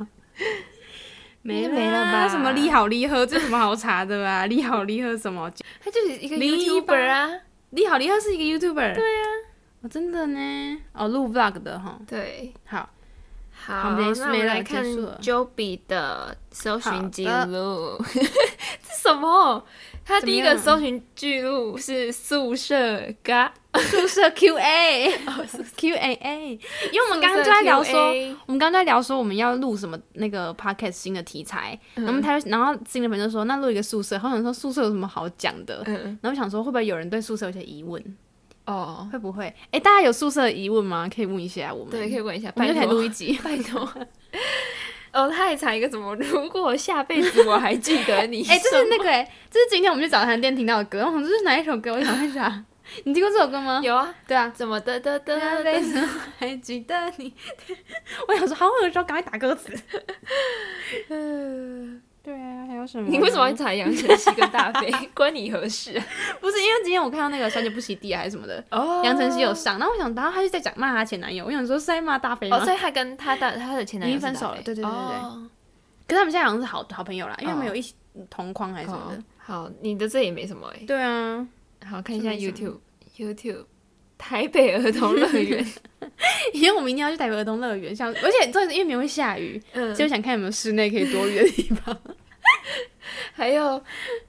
Speaker 1: 没
Speaker 2: 应该没了
Speaker 1: 啊
Speaker 2: 吧
Speaker 1: 什么利好利喝，这有什么好查的 [laughs] 啊？利好利喝什么？
Speaker 2: 他就是一个
Speaker 1: 零一
Speaker 2: YouTuber 啊，
Speaker 1: 利好利喝是一个 YouTuber。对啊，哦，真的呢。哦，录 Vlog 的哈。
Speaker 2: 对。
Speaker 1: 好，我
Speaker 2: 好，
Speaker 1: 们
Speaker 2: 那我们来
Speaker 1: 结
Speaker 2: 看
Speaker 1: 束了
Speaker 2: Joby 的搜
Speaker 1: 好
Speaker 2: 寻记
Speaker 1: 的
Speaker 2: 录， [laughs] 这什么？他
Speaker 1: 怎么
Speaker 2: 第一个
Speaker 1: 样
Speaker 2: 搜寻记录是宿舍嘎，
Speaker 1: 宿舍 QA，QAA，因为哎我们刚刚
Speaker 2: 宿舍
Speaker 1: 就在聊说。
Speaker 2: QA
Speaker 1: 我们刚刚在聊说我们要录什么那个 podcast 新的题材，
Speaker 2: 嗯
Speaker 1: 然后他就然后新的朋友就说那录一个宿舍，他想说宿舍有什么好讲的，
Speaker 2: 嗯
Speaker 1: 然后想说会不会有人对宿舍有些疑问，
Speaker 2: 哦，
Speaker 1: 会不会？哎、大家有宿舍的疑问吗？可以问一下我们，
Speaker 2: 对，可以问一下，
Speaker 1: 我们
Speaker 2: 拜
Speaker 1: 就可以
Speaker 2: 托。
Speaker 1: 录一集 [laughs]
Speaker 2: 拜托。 [laughs] 哦，他还查一个什么？如果下辈子我还记得你
Speaker 1: [laughs]
Speaker 2: 什么，
Speaker 1: 哎、这是那个哎、这是今天我们去早餐店听到的歌，我想这是哪一首歌？我想问一下， [laughs] 你听过这首歌吗？
Speaker 2: 有啊，
Speaker 1: 对啊，
Speaker 2: 怎么的的的
Speaker 1: 下辈
Speaker 2: 的，
Speaker 1: 子我 [laughs] 还记得你。 [laughs] 我想说，好耳熟，赶快打歌词。 [laughs] 对啊，还有什么？
Speaker 2: [laughs] 你为什么要查杨晨曦跟大飞？ [laughs] 关你何事啊？
Speaker 1: 不是因为今天我看到那个小姐不洗地啊还是什么的，
Speaker 2: 哦
Speaker 1: 杨晨曦有上，然后我想，然后她就在讲骂她前男友，我想说是在骂大飞吗？
Speaker 2: 哦，所以他跟他的他的前男友
Speaker 1: 已经分
Speaker 2: 是大
Speaker 1: 手了
Speaker 2: 飞
Speaker 1: 对对对对对
Speaker 2: 哦
Speaker 1: 可是他们现在好像是好好朋友啦，因为他们
Speaker 2: 哦
Speaker 1: 有一起同框还是什么的。
Speaker 2: 哦好，你的这也没什么哎。
Speaker 1: 对 [laughs] 啊，
Speaker 2: 好看一下
Speaker 1: 这没什
Speaker 2: YouTube YouTube 台北儿童乐园，
Speaker 1: 因为我明天要去台北儿童乐园，像而且重点是因为明天会下雨，
Speaker 2: [laughs] 嗯
Speaker 1: 所以我想看有没有室内可以多 [laughs] 远的地方。
Speaker 2: 还有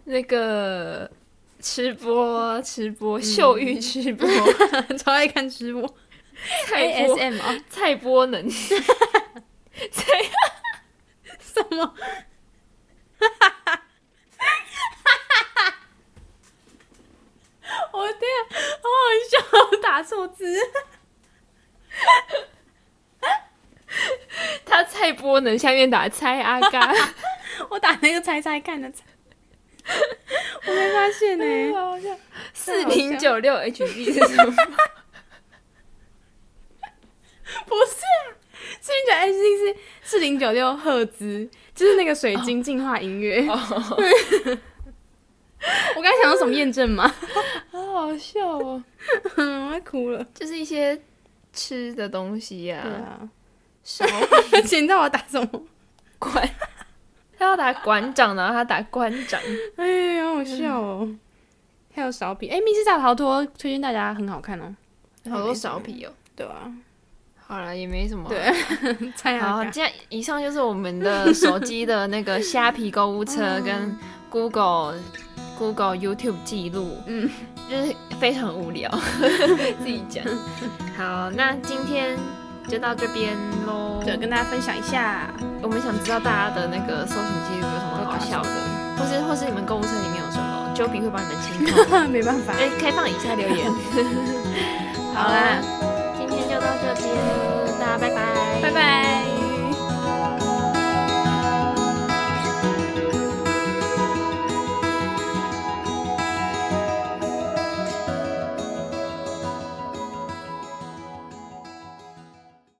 Speaker 2: 那个吃播吃播秀玉吃 [laughs] 播
Speaker 1: 超爱看直播
Speaker 2: 菜播
Speaker 1: ，ASM 啊，
Speaker 2: 菜播能菜
Speaker 1: 什么？ [laughs] 我天啊，好好笑，我打错字。
Speaker 2: 他菜播能下面打菜阿 [laughs] 嘎，
Speaker 1: 我打那个猜猜看的猜，哎我没发现呢、
Speaker 2: 好笑。四零九六 HB 是什么？
Speaker 1: 不是啊，四零九 H 是四零九六赫兹，就是那个水晶净化音乐。 [laughs] 我刚才想到什么验证吗？
Speaker 2: [laughs] 好好笑哦，
Speaker 1: 嗯，我要哭了。
Speaker 2: 就是一些吃的东西呀、
Speaker 1: 对啊，
Speaker 2: 少
Speaker 1: [laughs] 而且你知道我要打什么？
Speaker 2: 管。 [laughs] 他要打馆长，然后他打官长。
Speaker 1: 哎呀，好好笑哦。还有少品，哎，密室大逃脱推荐大家很好看哦。
Speaker 2: 好多少皮哦。
Speaker 1: 对啊，
Speaker 2: 好了，也没什么。
Speaker 1: 对，猜
Speaker 2: 好，
Speaker 1: 啊，
Speaker 2: 这样以上就是我们的手机的那个虾皮购
Speaker 1: [laughs]
Speaker 2: 物
Speaker 1: 嗯
Speaker 2: 车跟 Google、Google YouTube 记录，
Speaker 1: 嗯，
Speaker 2: 就是非常
Speaker 1: [laughs]
Speaker 2: 无聊，自己讲。好，那今天就到这边喽。
Speaker 1: 对，跟大家分享一下。
Speaker 2: 我们想知道大家的那个搜寻记录有什么好笑的，或是或是你们购物车里面有什么，Joey 会帮你们清 [laughs] 空。
Speaker 1: [laughs] 没办法，
Speaker 2: 哎，开放以下留 [laughs] 言。
Speaker 1: 好啦，
Speaker 2: 今天就到这边，大家拜拜，
Speaker 1: 拜。拜。